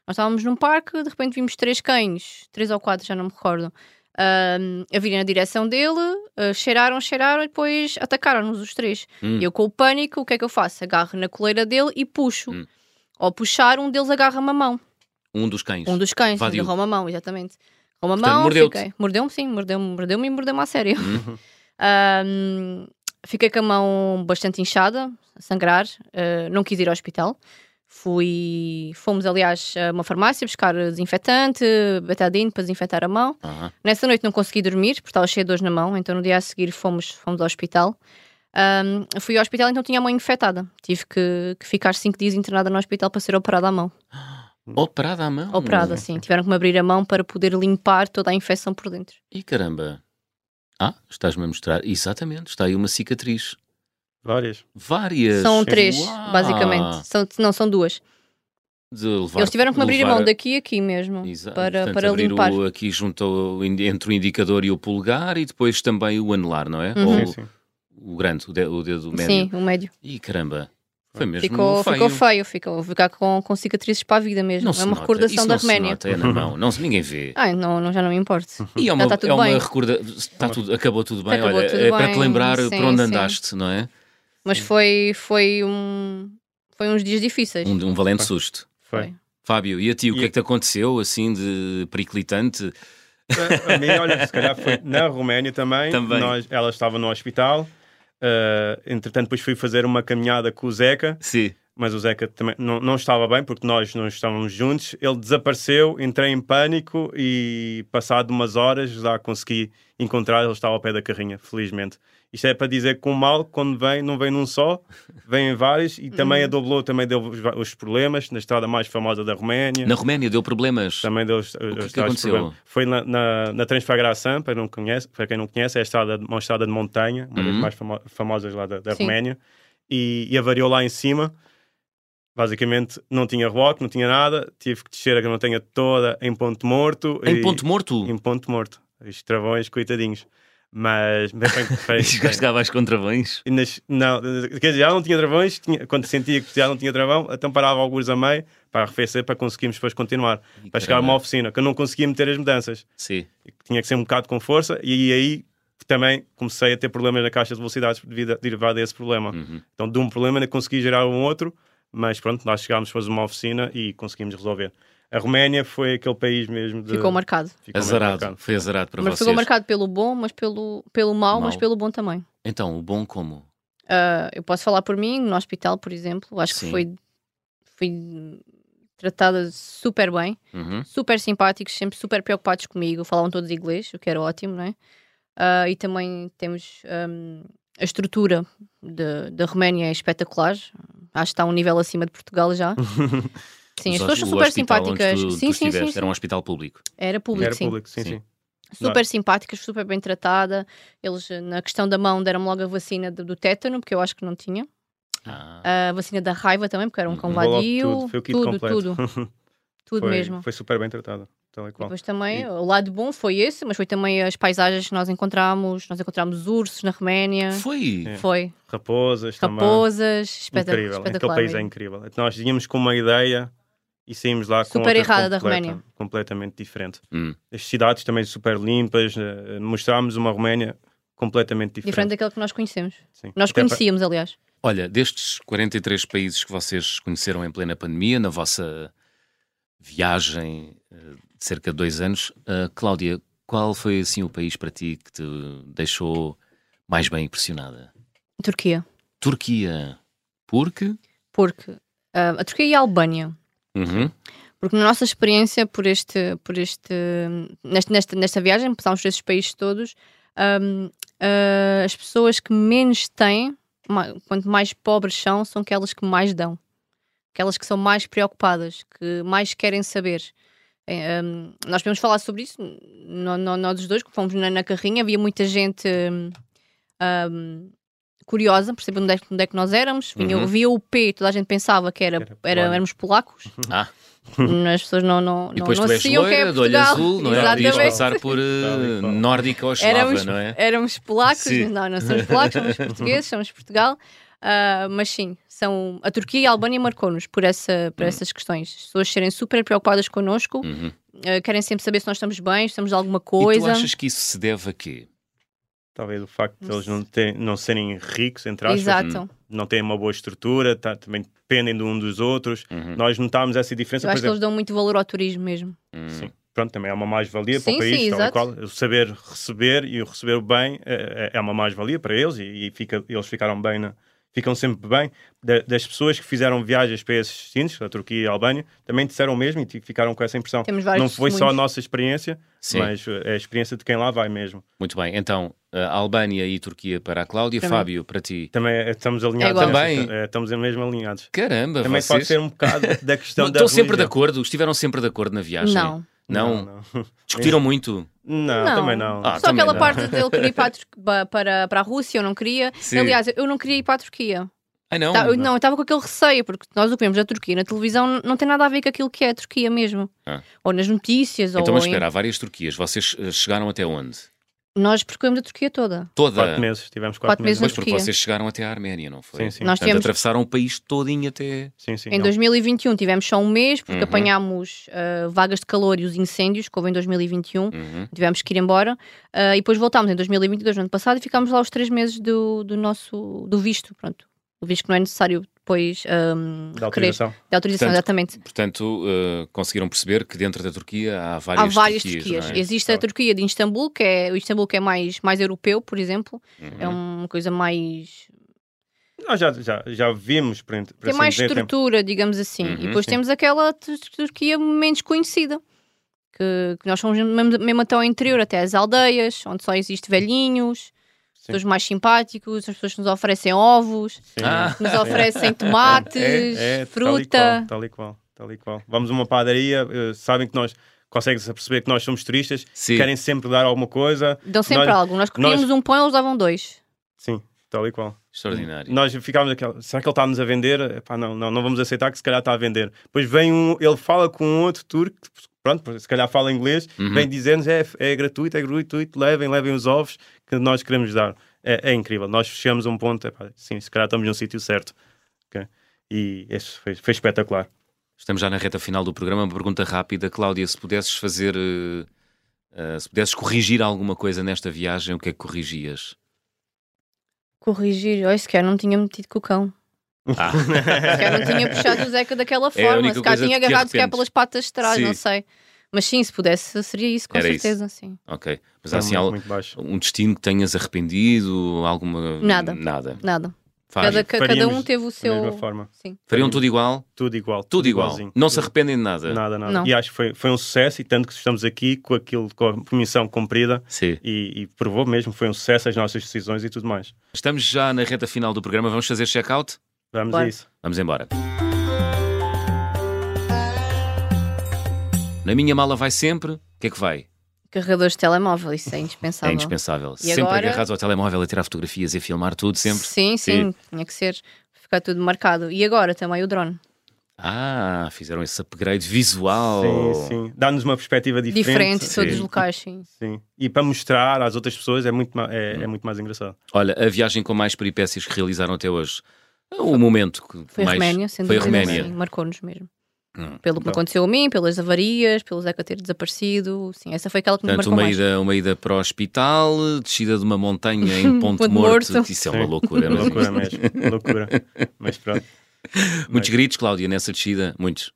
Speaker 2: Nós estávamos num parque, de repente vimos três cães, três ou quatro, já não me recordo, ahm, a virem na direção dele, ah, cheiraram, cheiraram e depois atacaram-nos os três.
Speaker 1: Hum.
Speaker 2: E eu, com o pânico, o que é que eu faço? Agarro na coleira dele e puxo.
Speaker 1: Hum.
Speaker 2: Ao puxar, um deles agarra-me a mão.
Speaker 1: Um dos cães.
Speaker 2: Um dos cães,
Speaker 1: Invadiu.
Speaker 2: agarrou uma mão, exatamente. Agarrou uma
Speaker 1: Portanto,
Speaker 2: mão,
Speaker 1: mordeu-te.
Speaker 2: fiquei. Mordeu-me, sim, mordeu-me, mordeu-me e mordeu-me a sério.
Speaker 1: Uhum.
Speaker 2: [laughs] Ahm, fiquei com a mão bastante inchada, a sangrar, ah, não quis ir ao hospital. Fui, fomos, aliás, a uma farmácia buscar desinfetante, betadine para desinfetar a mão.
Speaker 1: Aham.
Speaker 2: Nessa noite não consegui dormir, porque estava cheia de dores na mão, então no dia a seguir fomos, fomos ao hospital. Ahm, fui ao hospital, então tinha a mão infectada. Tive que, que ficar cinco dias internada no hospital para ser operada à mão.
Speaker 1: Operada à mão. é?
Speaker 2: Operada, sim. Tiveram que me abrir a mão para poder limpar toda a infecção por dentro.
Speaker 1: E caramba. Ah, estás-me a mostrar. Exatamente, está aí uma cicatriz.
Speaker 3: Várias.
Speaker 1: Várias.
Speaker 2: São três,
Speaker 1: Uau! Ah.
Speaker 2: basicamente. São, não, são duas.
Speaker 1: De levar-
Speaker 2: Eles tiveram que me abrir a
Speaker 1: levar-
Speaker 2: mão daqui e aqui mesmo.
Speaker 1: Exato.
Speaker 2: para-
Speaker 1: Portanto,
Speaker 2: para
Speaker 1: abrir
Speaker 2: limpar.
Speaker 1: O, aqui junto ao- entre o indicador e o polegar e depois também o anular, não é?
Speaker 2: Uhum.
Speaker 1: Ou
Speaker 3: Sim, sim.
Speaker 1: o grande, o, de- o dedo médio.
Speaker 2: Sim, o médio.
Speaker 1: Ih, caramba. Foi mesmo feio.
Speaker 2: Ficou feio, ficou feio ficou, ficar com, com cicatrizes para a vida mesmo.
Speaker 1: Não
Speaker 2: é
Speaker 1: se
Speaker 2: uma
Speaker 1: nota.
Speaker 2: recordação
Speaker 1: Isso
Speaker 2: da
Speaker 1: não se
Speaker 2: Roménia.
Speaker 1: nota, é na mão. Não, se- ninguém vê.
Speaker 2: Ai, não, não, já não me importo.
Speaker 1: E é uma,
Speaker 2: tá tudo
Speaker 1: é uma
Speaker 2: bem.
Speaker 1: recorda... Está tudo, acabou tudo bem,
Speaker 2: Acabou
Speaker 1: olha,
Speaker 2: tudo
Speaker 1: é para te
Speaker 2: bem,
Speaker 1: lembrar
Speaker 2: sim,
Speaker 1: para onde
Speaker 2: sim.
Speaker 1: andaste, não é?
Speaker 2: Mas foi, foi, um, foi uns dias difíceis.
Speaker 1: Um, um valente susto.
Speaker 3: Foi.
Speaker 2: Foi.
Speaker 1: Fábio, e a ti, o
Speaker 3: E-
Speaker 1: que é que te aconteceu, assim, de periclitante?
Speaker 3: A, a mim, olha, se calhar foi na Roménia também.
Speaker 1: Também.
Speaker 3: Nós, ela estava no hospital. eh, entretanto, depois fui fazer uma caminhada com o Zeca.
Speaker 1: Sim.
Speaker 3: mas o Zeca também não, não estava bem porque nós não estávamos juntos. Ele desapareceu, entrei em pânico e, passado umas horas, já consegui encontrar. Ele estava ao pé da carrinha, felizmente. Isto é para dizer que o mal, quando vem, não vem num só, vem em vários. E também a Doblô também deu os, os problemas na estrada mais famosa da Roménia.
Speaker 1: Na Roménia deu problemas.
Speaker 3: Também deu os,
Speaker 1: que
Speaker 3: os
Speaker 1: que
Speaker 3: tais
Speaker 1: aconteceu?
Speaker 3: problemas. Foi na, na, na Transfiguração, para, não conhece, para quem não conhece, é a estrada, uma estrada de montanha, uma das
Speaker 1: Uhum.
Speaker 3: mais famo- famosas lá da, da
Speaker 2: Sim.
Speaker 3: Roménia, e, e avariou lá em cima. Basicamente, não tinha reboque, não tinha nada, tive que descer a montanha toda em ponto morto.
Speaker 1: Em
Speaker 3: e-
Speaker 1: Ponto Morto?
Speaker 3: Em ponto morto. Os travões, coitadinhos. Mas,
Speaker 1: [laughs]
Speaker 3: bem, bem, bem,
Speaker 1: Esses gajos cá vais com travões.
Speaker 3: e nas- não, quer dizer, já não tinha travões, tinha- quando sentia que já não tinha travão, então parava alguns a meio para arrefecer, para conseguirmos depois continuar,
Speaker 1: Ih,
Speaker 3: para chegar a
Speaker 1: caramba.
Speaker 2: É.
Speaker 3: uma oficina, que eu não conseguia meter as mudanças,
Speaker 1: Sim.
Speaker 3: tinha que ser um bocado com força, e aí também comecei a ter problemas na caixa de velocidades devido a- derivado desse problema.
Speaker 2: Hum.
Speaker 1: Uhum.
Speaker 3: Então, de um problema, ainda consegui gerar um outro, mas pronto, nós chegámos depois a uma oficina e conseguimos resolver. A Roménia foi aquele país mesmo de...
Speaker 2: Ficou marcado.
Speaker 3: ficou mesmo
Speaker 1: Azarado.
Speaker 3: marcado.
Speaker 1: é Foi azarado para
Speaker 2: Mas
Speaker 1: vocês.
Speaker 2: ficou marcado pelo bom, mas pelo, pelo mau, mas
Speaker 1: Mau.
Speaker 2: pelo bom também.
Speaker 1: Então, o bom como?
Speaker 2: Ah, eu posso falar por mim, no hospital, por exemplo, acho
Speaker 1: Sim.
Speaker 2: que foi, fui tratada super bem,
Speaker 1: Uhum.
Speaker 2: super simpáticos, sempre super preocupados comigo, falavam todos inglês, o que era ótimo, não é? Ah, e também temos hum, a estrutura de- da Roménia é espetacular, acho que está a um nível acima de Portugal
Speaker 1: [laughs]
Speaker 2: já. Sim,
Speaker 1: Os
Speaker 2: as pessoas
Speaker 1: hos-
Speaker 2: são
Speaker 1: o
Speaker 2: super
Speaker 1: hospital onde
Speaker 2: simpáticas.
Speaker 1: Tu,
Speaker 2: sim,
Speaker 1: tu
Speaker 2: sim, sim,
Speaker 1: estiveste
Speaker 2: sim.
Speaker 1: Era um hospital público.
Speaker 2: Era público,
Speaker 3: Era
Speaker 2: sim
Speaker 3: público, é? sim,
Speaker 1: Sim.
Speaker 3: sim.
Speaker 2: super simpáticas, super bem tratada. Eles, eh, na questão da mão, deram-me logo a vacina do, do tétano, porque eu acho que não tinha.
Speaker 1: Ah,
Speaker 2: A vacina da raiva também, porque era um cão
Speaker 1: Uhum.
Speaker 3: Levou logo
Speaker 2: vadio.
Speaker 3: Hum, tudo, foi o kit
Speaker 2: tudo,
Speaker 3: completo.
Speaker 2: tudo,
Speaker 3: [laughs]
Speaker 2: tudo
Speaker 3: foi,
Speaker 2: mesmo.
Speaker 3: Foi super bem tratado, tal e qual.
Speaker 2: Depois também,
Speaker 3: E-
Speaker 2: o lado bom foi esse, mas foi também as paisagens que nós encontramos. Nós encontramos ursos na Roménia.
Speaker 1: Foi.
Speaker 3: É.
Speaker 2: Foi.
Speaker 3: Raposas, também.
Speaker 2: Raposas. Espeta
Speaker 3: incrível. Aquele
Speaker 2: espetacular.
Speaker 3: país é
Speaker 2: mesmo.
Speaker 3: incrível. Nós íamos com uma ideia e saímos lá com
Speaker 2: Super
Speaker 3: outra
Speaker 2: errada da
Speaker 3: completa-
Speaker 2: Roménia.
Speaker 3: Completamente diferente.
Speaker 1: Hum.
Speaker 3: As cidades também super limpas. eh, Mostrámos uma Roménia completamente
Speaker 2: Diferente
Speaker 3: diferente.
Speaker 2: daquele que nós conhecemos.
Speaker 3: Sim.
Speaker 2: Nós
Speaker 3: Até pa-
Speaker 2: conhecíamos, aliás.
Speaker 1: Olha, destes 43 países que vocês conheceram em plena pandemia, na vossa viagem eh, de cerca de dois anos, eh, Cláudia, qual foi assim o país para ti que te deixou mais bem impressionada?
Speaker 2: Turquia.
Speaker 1: Turquia. Porque?
Speaker 2: Porque ah, a Turquia e a Albânia.
Speaker 1: Uhum.
Speaker 2: Porque na nossa experiência por este, por este nesta, nesta, nesta viagem, passámos por esses países todos, hum, ah, as pessoas que menos têm, ma- quanto mais pobres são, são aquelas que mais dão. Aquelas que são mais preocupadas, que mais querem saber. Eh, hum, nós podemos falar sobre isso, no- no- nós os dois, que fomos na, na carrinha, havia muita gente hum, hum, curiosa por saber onde é, que- onde é que nós éramos. Vinha-
Speaker 1: Uhum.
Speaker 2: Via o P, toda a gente pensava que era,
Speaker 3: Era
Speaker 2: era,
Speaker 3: polaco.
Speaker 2: éramos polacos
Speaker 1: Ah,
Speaker 2: as pessoas não, não,
Speaker 1: e
Speaker 2: não,
Speaker 1: depois
Speaker 2: não
Speaker 1: tu és
Speaker 2: associam que é
Speaker 1: loira, de olho
Speaker 2: Portugal.
Speaker 1: azul, não é? Podias
Speaker 2: Exatamente.
Speaker 1: passar por eh,
Speaker 3: Tal e qual.
Speaker 1: nórdica ou eslava,
Speaker 2: Éramos,
Speaker 1: não é?
Speaker 2: éramos polacos,
Speaker 1: Sim.
Speaker 2: mas não, não somos polacos, somos
Speaker 1: [laughs]
Speaker 2: portugueses, somos Portugal. Ah, mas sim, são, a Turquia e a Albânia marcou-nos por, essa,
Speaker 1: Hum.
Speaker 2: por essas questões. As pessoas serem super preocupadas connosco,
Speaker 1: Uhum.
Speaker 2: ah, querem sempre saber se nós estamos bem, se estamos de alguma
Speaker 1: E tu
Speaker 2: coisa.
Speaker 1: achas que isso se deve a quê?
Speaker 3: Talvez o facto de
Speaker 2: Não
Speaker 3: eles
Speaker 2: sei.
Speaker 3: não, terem, não serem ricos, entre aspas,
Speaker 2: Exato.
Speaker 3: não terem uma boa estrutura, tá- também dependem de um dos outros.
Speaker 1: Uhum.
Speaker 3: Nós notámos essa diferença,
Speaker 2: Eu
Speaker 3: por
Speaker 2: acho que
Speaker 3: exemplo.
Speaker 2: eles dão muito valor ao turismo mesmo.
Speaker 1: Hum.
Speaker 3: Sim. Pronto, também é uma mais-valia para
Speaker 2: Sim,
Speaker 3: o país,
Speaker 2: sim,
Speaker 3: tal
Speaker 2: exato.
Speaker 3: e qual. O saber receber e o receber bem eh, é, é uma mais-valia para eles e, e fica- eles ficaram bem, na- ficam sempre bem. Da- das pessoas que fizeram viagens para esses destinos, a Turquia e a Albânia, também disseram o mesmo e ti- ficaram com essa impressão.
Speaker 2: Temos vários
Speaker 3: Não foi só a
Speaker 2: testemunhos.
Speaker 3: nossa experiência,
Speaker 1: Sim.
Speaker 3: mas eh, é a experiência de quem lá vai mesmo.
Speaker 1: Muito bem, então a Albânia e Turquia para a Cláudia,
Speaker 2: Também.
Speaker 1: Fábio para ti.
Speaker 3: Também eh, estamos alinhados.
Speaker 2: É igual.
Speaker 3: nessa-
Speaker 1: Também.
Speaker 3: eh, estamos mesmo alinhados.
Speaker 1: Caramba,
Speaker 3: Também pode
Speaker 1: vocês
Speaker 3: ser um bocado da questão
Speaker 1: [laughs] não,
Speaker 3: da
Speaker 1: estão sempre de
Speaker 3: religião.
Speaker 1: acordo, estiveram sempre de acordo na viagem.
Speaker 2: Não.
Speaker 1: Não?
Speaker 3: Não, não.
Speaker 1: Discutiram muito.
Speaker 3: Não,
Speaker 2: Não.
Speaker 3: também não.
Speaker 1: Ah,
Speaker 2: Só
Speaker 1: também
Speaker 2: aquela
Speaker 1: não.
Speaker 2: parte dele querer ir para a,
Speaker 1: [laughs]
Speaker 2: Turqu- ba- para, para a Rússia, eu não queria.
Speaker 1: Sim.
Speaker 2: Aliás, eu não queria ir para a Turquia.
Speaker 1: Ai não.
Speaker 2: Tá, eu- não, eu estava com aquele receio, porque nós o que vemos da Turquia na televisão n- não tem nada a ver com aquilo que é a Turquia mesmo.
Speaker 1: Ah.
Speaker 2: Ou nas notícias,
Speaker 1: Então,
Speaker 2: ou
Speaker 1: mas
Speaker 2: em-
Speaker 1: espera, há várias Turquias. Vocês eh, chegaram até onde?
Speaker 2: Nós percorremos a Turquia toda.
Speaker 1: Toda.
Speaker 3: Quatro meses, tivemos quatro,
Speaker 2: Quatro meses
Speaker 1: Pois
Speaker 2: na
Speaker 1: porque
Speaker 2: Turquia.
Speaker 1: vocês chegaram até a Arménia, não foi?
Speaker 3: Sim, sim.
Speaker 2: Nós
Speaker 1: Portanto,
Speaker 2: tivemos,
Speaker 1: atravessaram o país todinho até.
Speaker 3: sim, sim.
Speaker 2: em
Speaker 3: Não,
Speaker 2: 2021 tivemos só um mês, porque
Speaker 1: Uhum.
Speaker 2: apanhámos ah, vagas de calor e os incêndios que houve em 2021.
Speaker 1: Uhum.
Speaker 2: Tivemos que ir embora ah, e depois voltámos em 2022, no ano passado, e ficámos lá os três meses do, do nosso do visto. Pronto, o visto que não é necessário depois um,
Speaker 3: da autorização.
Speaker 2: de autorização,
Speaker 1: Portanto,
Speaker 2: exatamente.
Speaker 1: Portanto, eh, conseguiram perceber que dentro da Turquia há várias,
Speaker 2: Há várias
Speaker 1: Turquias.
Speaker 2: Turquias.
Speaker 1: não é?
Speaker 2: Existe a
Speaker 3: Claro.
Speaker 2: Turquia de Istambul, que é o Istambul que é mais, mais europeu, por exemplo.
Speaker 1: Uhum.
Speaker 2: É uma coisa mais
Speaker 3: Nós já, já, já vimos, por, ent- por
Speaker 2: Tem
Speaker 3: assim
Speaker 2: mais
Speaker 3: dizer, tempo.
Speaker 2: estrutura, digamos assim.
Speaker 3: Uhum,
Speaker 2: e depois
Speaker 3: sim.
Speaker 2: temos aquela tu- Turquia menos conhecida, que, que nós somos mesmo, mesmo até ao interior, até às aldeias, onde só existe velhinhos,
Speaker 3: Sim.
Speaker 2: pessoas mais simpáticos, as pessoas que nos oferecem ovos,
Speaker 3: Sim.
Speaker 1: Ah.
Speaker 2: que
Speaker 3: [laughs]
Speaker 2: nos oferecem tomates,
Speaker 3: É, é,
Speaker 2: fruta.
Speaker 3: Tal e, qual, tal e qual, tal e qual. Vamos a uma padaria, eh, sabem que nós conseguem-se perceber que nós somos turistas,
Speaker 1: Sim.
Speaker 3: querem sempre dar alguma coisa.
Speaker 2: Dão sempre
Speaker 3: Nós-
Speaker 2: algo. Nós comíamos um pão, eles davam dois.
Speaker 3: Sim, tal e qual.
Speaker 1: Extraordinário.
Speaker 3: Nós ficámos aquela, será que ele está-nos a vender? Epá, não, não, não vamos aceitar que se calhar está a vender. Depois vem um, ele fala com um outro turco, pronto, se calhar fala inglês,
Speaker 1: Uhum.
Speaker 3: vem dizer-nos, é, é gratuito, é gratuito, levem, levem os ovos que nós queremos dar. É, é incrível, nós fechamos um ponto, epá, sim, se calhar estamos no sítio certo. Ok? E isso foi, foi espetacular.
Speaker 1: Estamos já na reta final do programa. Uma pergunta rápida, Cláudia, se pudesses fazer. eh, eh, se pudesses corrigir alguma coisa nesta viagem, o que é que
Speaker 3: [laughs]
Speaker 1: corrigias?
Speaker 2: Corrigir, olha, sequer não tinha metido com o cão. [laughs]
Speaker 1: Ah,
Speaker 2: sequer não tinha puxado o Zeca daquela
Speaker 1: É a
Speaker 2: forma.
Speaker 1: única
Speaker 2: se calhar
Speaker 1: coisa
Speaker 2: tinha
Speaker 1: de que
Speaker 2: agarrado sequer
Speaker 1: arrependes.
Speaker 2: pelas patas de trás,
Speaker 1: Sim.
Speaker 2: não sei. Mas sim, se pudesse, seria isso, com
Speaker 1: Era isso.
Speaker 2: certeza. Sim.
Speaker 1: ok. Mas há
Speaker 3: Foi
Speaker 1: assim,
Speaker 3: muito,
Speaker 1: al-
Speaker 3: muito baixo.
Speaker 1: um destino que tenhas arrependido? Alguma.
Speaker 2: Nada.
Speaker 1: Nada.
Speaker 2: Nada.
Speaker 1: Faz.
Speaker 2: Cada, ca- cada
Speaker 3: faríamos
Speaker 2: um teve o
Speaker 3: Da
Speaker 2: seu.
Speaker 3: mesma forma,
Speaker 2: Sim.
Speaker 1: Fariam tudo igual?
Speaker 3: tudo igual.
Speaker 1: Tudo igual.
Speaker 3: igualzinho.
Speaker 1: Não se arrependem de nada.
Speaker 3: Nada, nada.
Speaker 2: Não.
Speaker 3: E acho que foi, foi um sucesso, e tanto que estamos aqui com aquilo, com a permissão cumprida,
Speaker 1: Sim.
Speaker 3: e, e provou mesmo, foi um sucesso as nossas decisões e tudo mais.
Speaker 1: Estamos já na reta final do programa. Vamos fazer check-out?
Speaker 3: Vamos
Speaker 2: Claro.
Speaker 3: a isso.
Speaker 1: Vamos embora. Na minha mala vai sempre. O que é que vai?
Speaker 2: Carregadores de telemóvel, isso é indispensável.
Speaker 1: É indispensável.
Speaker 2: E
Speaker 1: sempre
Speaker 2: agora?
Speaker 1: agarrados ao telemóvel a tirar fotografias e a filmar tudo, sempre.
Speaker 2: Sim, sim, tinha que ser. Ficar tudo marcado. E agora também o drone.
Speaker 1: Ah, fizeram esse upgrade visual.
Speaker 3: Sim, sim. Dá-nos uma perspectiva diferente.
Speaker 2: Diferente, de todos os
Speaker 1: Sim.
Speaker 2: locais, sim.
Speaker 3: Sim. E para mostrar às outras pessoas é muito, ma- é, é muito mais engraçado.
Speaker 1: Olha, a viagem com mais peripécias que realizaram até hoje. O momento que
Speaker 2: Foi a
Speaker 1: mais.
Speaker 2: Roménia, sendo
Speaker 1: foi a
Speaker 2: dúvida,
Speaker 1: Roménia.
Speaker 2: sim, Marcou-nos mesmo.
Speaker 1: Hum,
Speaker 2: Pelo que me
Speaker 3: então.
Speaker 2: aconteceu a mim, pelas avarias, pelo Zeca ter desaparecido. Sim, essa foi aquela que me
Speaker 1: Portanto,
Speaker 2: marcou
Speaker 1: uma
Speaker 2: mais.
Speaker 1: ida, uma ida para o hospital, descida de uma montanha
Speaker 2: [laughs]
Speaker 1: em Ponte,
Speaker 2: Ponte
Speaker 1: Morto.
Speaker 2: Morto.
Speaker 1: Isso é uma
Speaker 3: Sim.
Speaker 1: loucura, não é?
Speaker 3: Loucura mesmo. Loucura. Mas pronto.
Speaker 1: Muitos gritos, Cláudia, nessa descida. Muitos.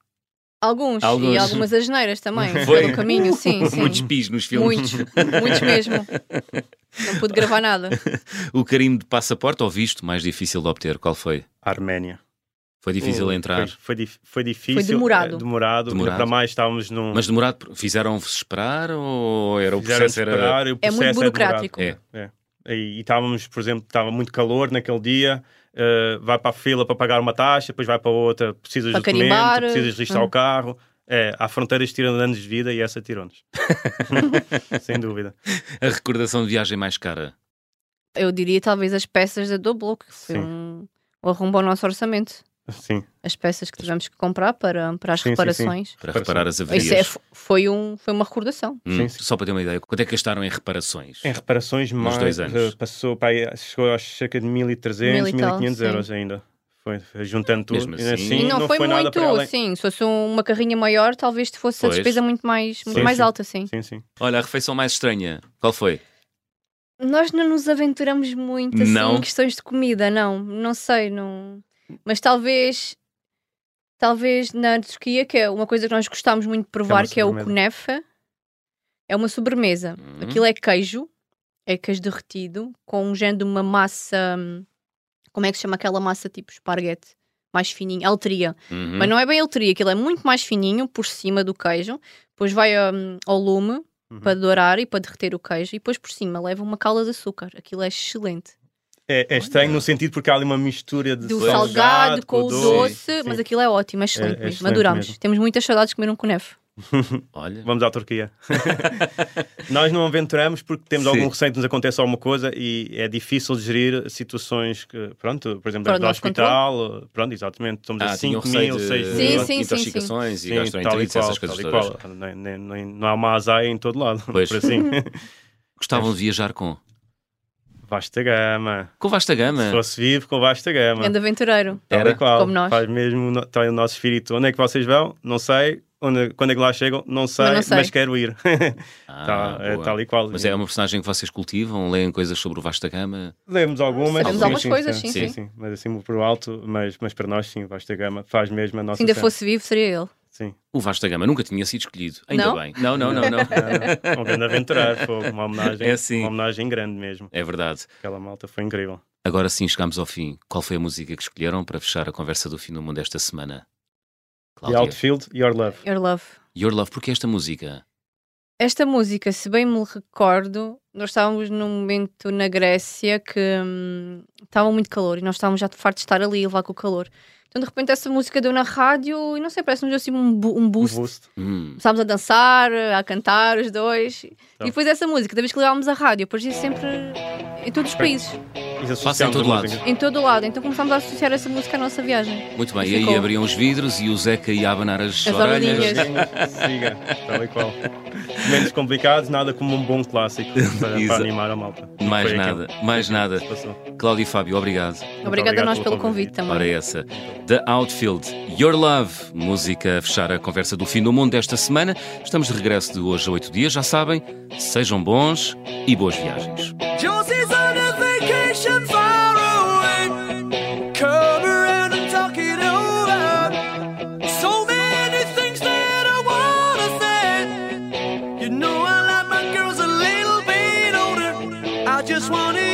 Speaker 2: Alguns,
Speaker 1: Alguns.
Speaker 2: e algumas asneiras também,
Speaker 1: [laughs] Foi.
Speaker 2: pelo um caminho, sim, sim.
Speaker 1: [laughs] Muitos pis nos filmes.
Speaker 2: Muitos, muitos mesmo. Não pude gravar nada.
Speaker 1: O carimbo de passaporte ou visto mais difícil de obter? Qual foi?
Speaker 3: Arménia.
Speaker 1: Foi difícil
Speaker 3: Oh,
Speaker 1: entrar,
Speaker 3: Foi, foi, dif- foi difícil.
Speaker 2: Foi demorado.
Speaker 3: eh, demorado.
Speaker 1: Demorado.
Speaker 3: Ainda Para mais estávamos num.
Speaker 1: mas demorado. por- Fizeram-vos esperar ou era o
Speaker 3: fizeram
Speaker 1: processo? Era...
Speaker 3: esperar, e o
Speaker 2: É
Speaker 3: processo
Speaker 2: muito
Speaker 3: demorado.
Speaker 2: burocrático.
Speaker 1: É.
Speaker 3: E, e estávamos, por exemplo, estava muito calor naquele dia. eh, vai para a fila para pagar uma taxa, depois vai para outra, precisas
Speaker 2: Para
Speaker 3: de documento,
Speaker 2: carimbar.
Speaker 3: precisas registrar o
Speaker 2: Hum.
Speaker 3: carro. É, há fronteiras que tiram anos de vida e
Speaker 2: [laughs]
Speaker 3: essa tirou-nos. Sem dúvida.
Speaker 1: A recordação de viagem mais cara.
Speaker 2: Eu diria talvez as peças da Doblo, que foi
Speaker 3: Sim.
Speaker 2: um, um arrumbo ao nosso orçamento.
Speaker 3: Sim.
Speaker 2: As peças que tivemos que comprar para, para as
Speaker 3: Sim, sim, sim.
Speaker 2: reparações.
Speaker 1: para
Speaker 3: Reparação.
Speaker 1: reparar as
Speaker 2: Isso é-
Speaker 1: avarias.
Speaker 2: fo- foi, um, foi uma recordação.
Speaker 1: Hum,
Speaker 3: Sim, sim.
Speaker 1: Só para ter uma ideia, quanto é que gastaram em reparações?
Speaker 3: Em reparações, mais
Speaker 1: dois anos.
Speaker 3: eh, passou para aí, chegou aos cerca de 1.300,
Speaker 2: Mil e tal,
Speaker 3: 1.500
Speaker 2: sim.
Speaker 3: euros ainda. Foi, foi juntando tudo.
Speaker 1: Mesmo
Speaker 3: Ainda
Speaker 1: assim-
Speaker 2: E
Speaker 1: Sim,
Speaker 2: não, foi,
Speaker 3: nada
Speaker 2: muito,
Speaker 3: para além.
Speaker 2: sim. Se fosse uma carrinha maior, talvez fosse
Speaker 1: Pois.
Speaker 2: a despesa muito mais, muito
Speaker 3: Sim,
Speaker 2: mais
Speaker 3: sim.
Speaker 2: alta, sim.
Speaker 3: Sim, sim.
Speaker 1: Olha, a refeição mais estranha, qual foi?
Speaker 2: Nós não nos aventuramos muito assim,
Speaker 1: Não.
Speaker 2: em questões de comida, não. Não sei, não. Mas talvez. Talvez na Turquia, que é uma coisa que nós gostámos muito de provar, que é o
Speaker 3: sobremesa.
Speaker 2: kunefe. É uma sobremesa.
Speaker 1: Hum.
Speaker 2: Aquilo é queijo, é queijo derretido, com um género de uma massa. hum, Como é que se chama aquela massa tipo esparguete? Mais fininha, alteria.
Speaker 3: Hum.
Speaker 1: Uhum.
Speaker 2: Mas não é bem alteria, aquilo é muito mais fininho por cima do queijo. Depois vai hum, ao lume
Speaker 3: Uhum.
Speaker 2: para dourar e para derreter o queijo. E depois por cima leva uma calda de açúcar. Aquilo é excelente.
Speaker 3: É, é estranho no sentido porque há ali uma mistura de
Speaker 2: Do salgado com o doce,
Speaker 3: Sim.
Speaker 2: mas aquilo é ótimo, é excelente
Speaker 3: É- é
Speaker 2: mesmo.
Speaker 3: excelente
Speaker 2: Adorámos.
Speaker 3: mesmo.
Speaker 2: Temos muitas saudades de comer um conefe.
Speaker 1: Olha,
Speaker 3: Vamos
Speaker 1: [laughs]
Speaker 3: à Turquia. Nós não aventuramos porque temos
Speaker 1: Sim.
Speaker 3: algum receio de nos aconteça alguma coisa e é difícil gerir situações que, pronto, por exemplo,
Speaker 2: Fora do
Speaker 3: dentro do
Speaker 2: nosso
Speaker 3: hospital, pronto, exatamente, estamos a
Speaker 1: ah, tinham
Speaker 3: 5
Speaker 1: receio
Speaker 3: mil,
Speaker 1: de
Speaker 3: 6
Speaker 2: Sim,
Speaker 3: mil.
Speaker 2: sim, sim, sim.
Speaker 1: intoxicações e
Speaker 3: Sim, tal e
Speaker 1: gastroenterites,
Speaker 3: qual,
Speaker 1: essas coisas
Speaker 3: tal e
Speaker 1: todas.
Speaker 3: qual. Nem- nem- nem- Não há uma azaia em todo lado, [laughs]
Speaker 1: Pois.
Speaker 3: por assim.
Speaker 1: Gostavam
Speaker 3: É.
Speaker 1: de viajar com?
Speaker 3: Vasta gama.
Speaker 1: Com vasta
Speaker 3: Se
Speaker 1: gama.
Speaker 3: fosse vivo, com vasta gama.
Speaker 2: Grande aventureiro.
Speaker 3: Tal
Speaker 1: Era.
Speaker 3: e qual.
Speaker 2: Como nós.
Speaker 3: Faz mesmo, no- está o nosso espírito. Onde é que vocês vão? Não sei. Onde, quando é que lá chegam? Não sei,
Speaker 2: Mas não sei.
Speaker 3: mas quero ir. [laughs]
Speaker 1: Ah,
Speaker 3: Tá, é
Speaker 1: boa.
Speaker 3: tal e qual.
Speaker 1: Mas é uma personagem que vocês cultivam, leem coisas sobre o vasta gama.
Speaker 3: Lemos algumas.
Speaker 2: Sabemos
Speaker 3: sim,
Speaker 2: algumas
Speaker 3: sim,
Speaker 2: coisas, sim,
Speaker 3: sim,
Speaker 2: sim.
Speaker 3: sim. Mas assim por alto, mas, mas para nós, sim, vasta gama. Faz mesmo a nossa.
Speaker 2: Se ainda
Speaker 3: cena.
Speaker 2: fosse vivo, seria ele.
Speaker 3: Sim.
Speaker 1: O vasta gama nunca tinha sido escolhido. Ainda
Speaker 2: Não?
Speaker 1: bem. Não, não,
Speaker 2: [laughs]
Speaker 1: não, não.
Speaker 3: Não, não. Um grande aventurar, foi uma homenagem.
Speaker 1: [laughs] É assim.
Speaker 3: Uma homenagem grande mesmo.
Speaker 1: É verdade.
Speaker 3: Aquela malta foi incrível.
Speaker 1: Agora sim chegamos ao fim. Qual foi a música que escolheram para fechar a conversa do fim do mundo esta semana?
Speaker 3: The
Speaker 1: Cláudia.
Speaker 3: Outfield, Your Love.
Speaker 2: Your Love.
Speaker 1: Your Love, porquê esta música?
Speaker 2: Esta música, se bem me recordo, nós estávamos num momento na Grécia que hum, estava muito calor e nós estávamos já fartos de estar ali e levar com o calor. Então, de repente, essa música deu na rádio e não sei, parece-nos assim um, bu- um
Speaker 3: Um
Speaker 2: boost.
Speaker 3: boost.
Speaker 1: Hum,
Speaker 2: Começámos a dançar, a cantar os dois. E
Speaker 3: Então.
Speaker 2: depois essa música, da vez que levávamos a rádio, aparecia sempre em todos os países,
Speaker 3: E associámos
Speaker 1: Passa em
Speaker 3: a
Speaker 1: todo
Speaker 3: música.
Speaker 1: lado.
Speaker 2: em todo o lado. Então começámos a associar essa música à nossa viagem.
Speaker 1: muito bem,
Speaker 2: E
Speaker 1: e aí
Speaker 2: ficou.
Speaker 1: abriam os vidros e o Zeca ia abanar as,
Speaker 2: As
Speaker 1: orelhas.
Speaker 2: orelhinhas.
Speaker 3: Siga, tal e qual. Menos complicado, nada como um
Speaker 1: [laughs]
Speaker 3: bom clássico para, para
Speaker 1: Exato.
Speaker 3: animar a malta.
Speaker 1: Mais
Speaker 3: Foi aquilo
Speaker 1: nada, mais nada.
Speaker 3: que se passou.
Speaker 1: Cláudio e Fábio, obrigado.
Speaker 2: Obrigada a
Speaker 3: obrigado
Speaker 2: nós
Speaker 3: pelo
Speaker 2: pelo
Speaker 3: convite.
Speaker 2: convite também.
Speaker 1: Ora essa. The Outfield, Your Love, música a fechar a conversa do fim do mundo desta semana. Estamos de regresso de hoje a oito dias, já sabem. Sejam bons e boas viagens.
Speaker 4: Josie's on a vacation far away. Come around and talk it over. So many things that I wanna say. You know I like my girls a little bit older. I just wanna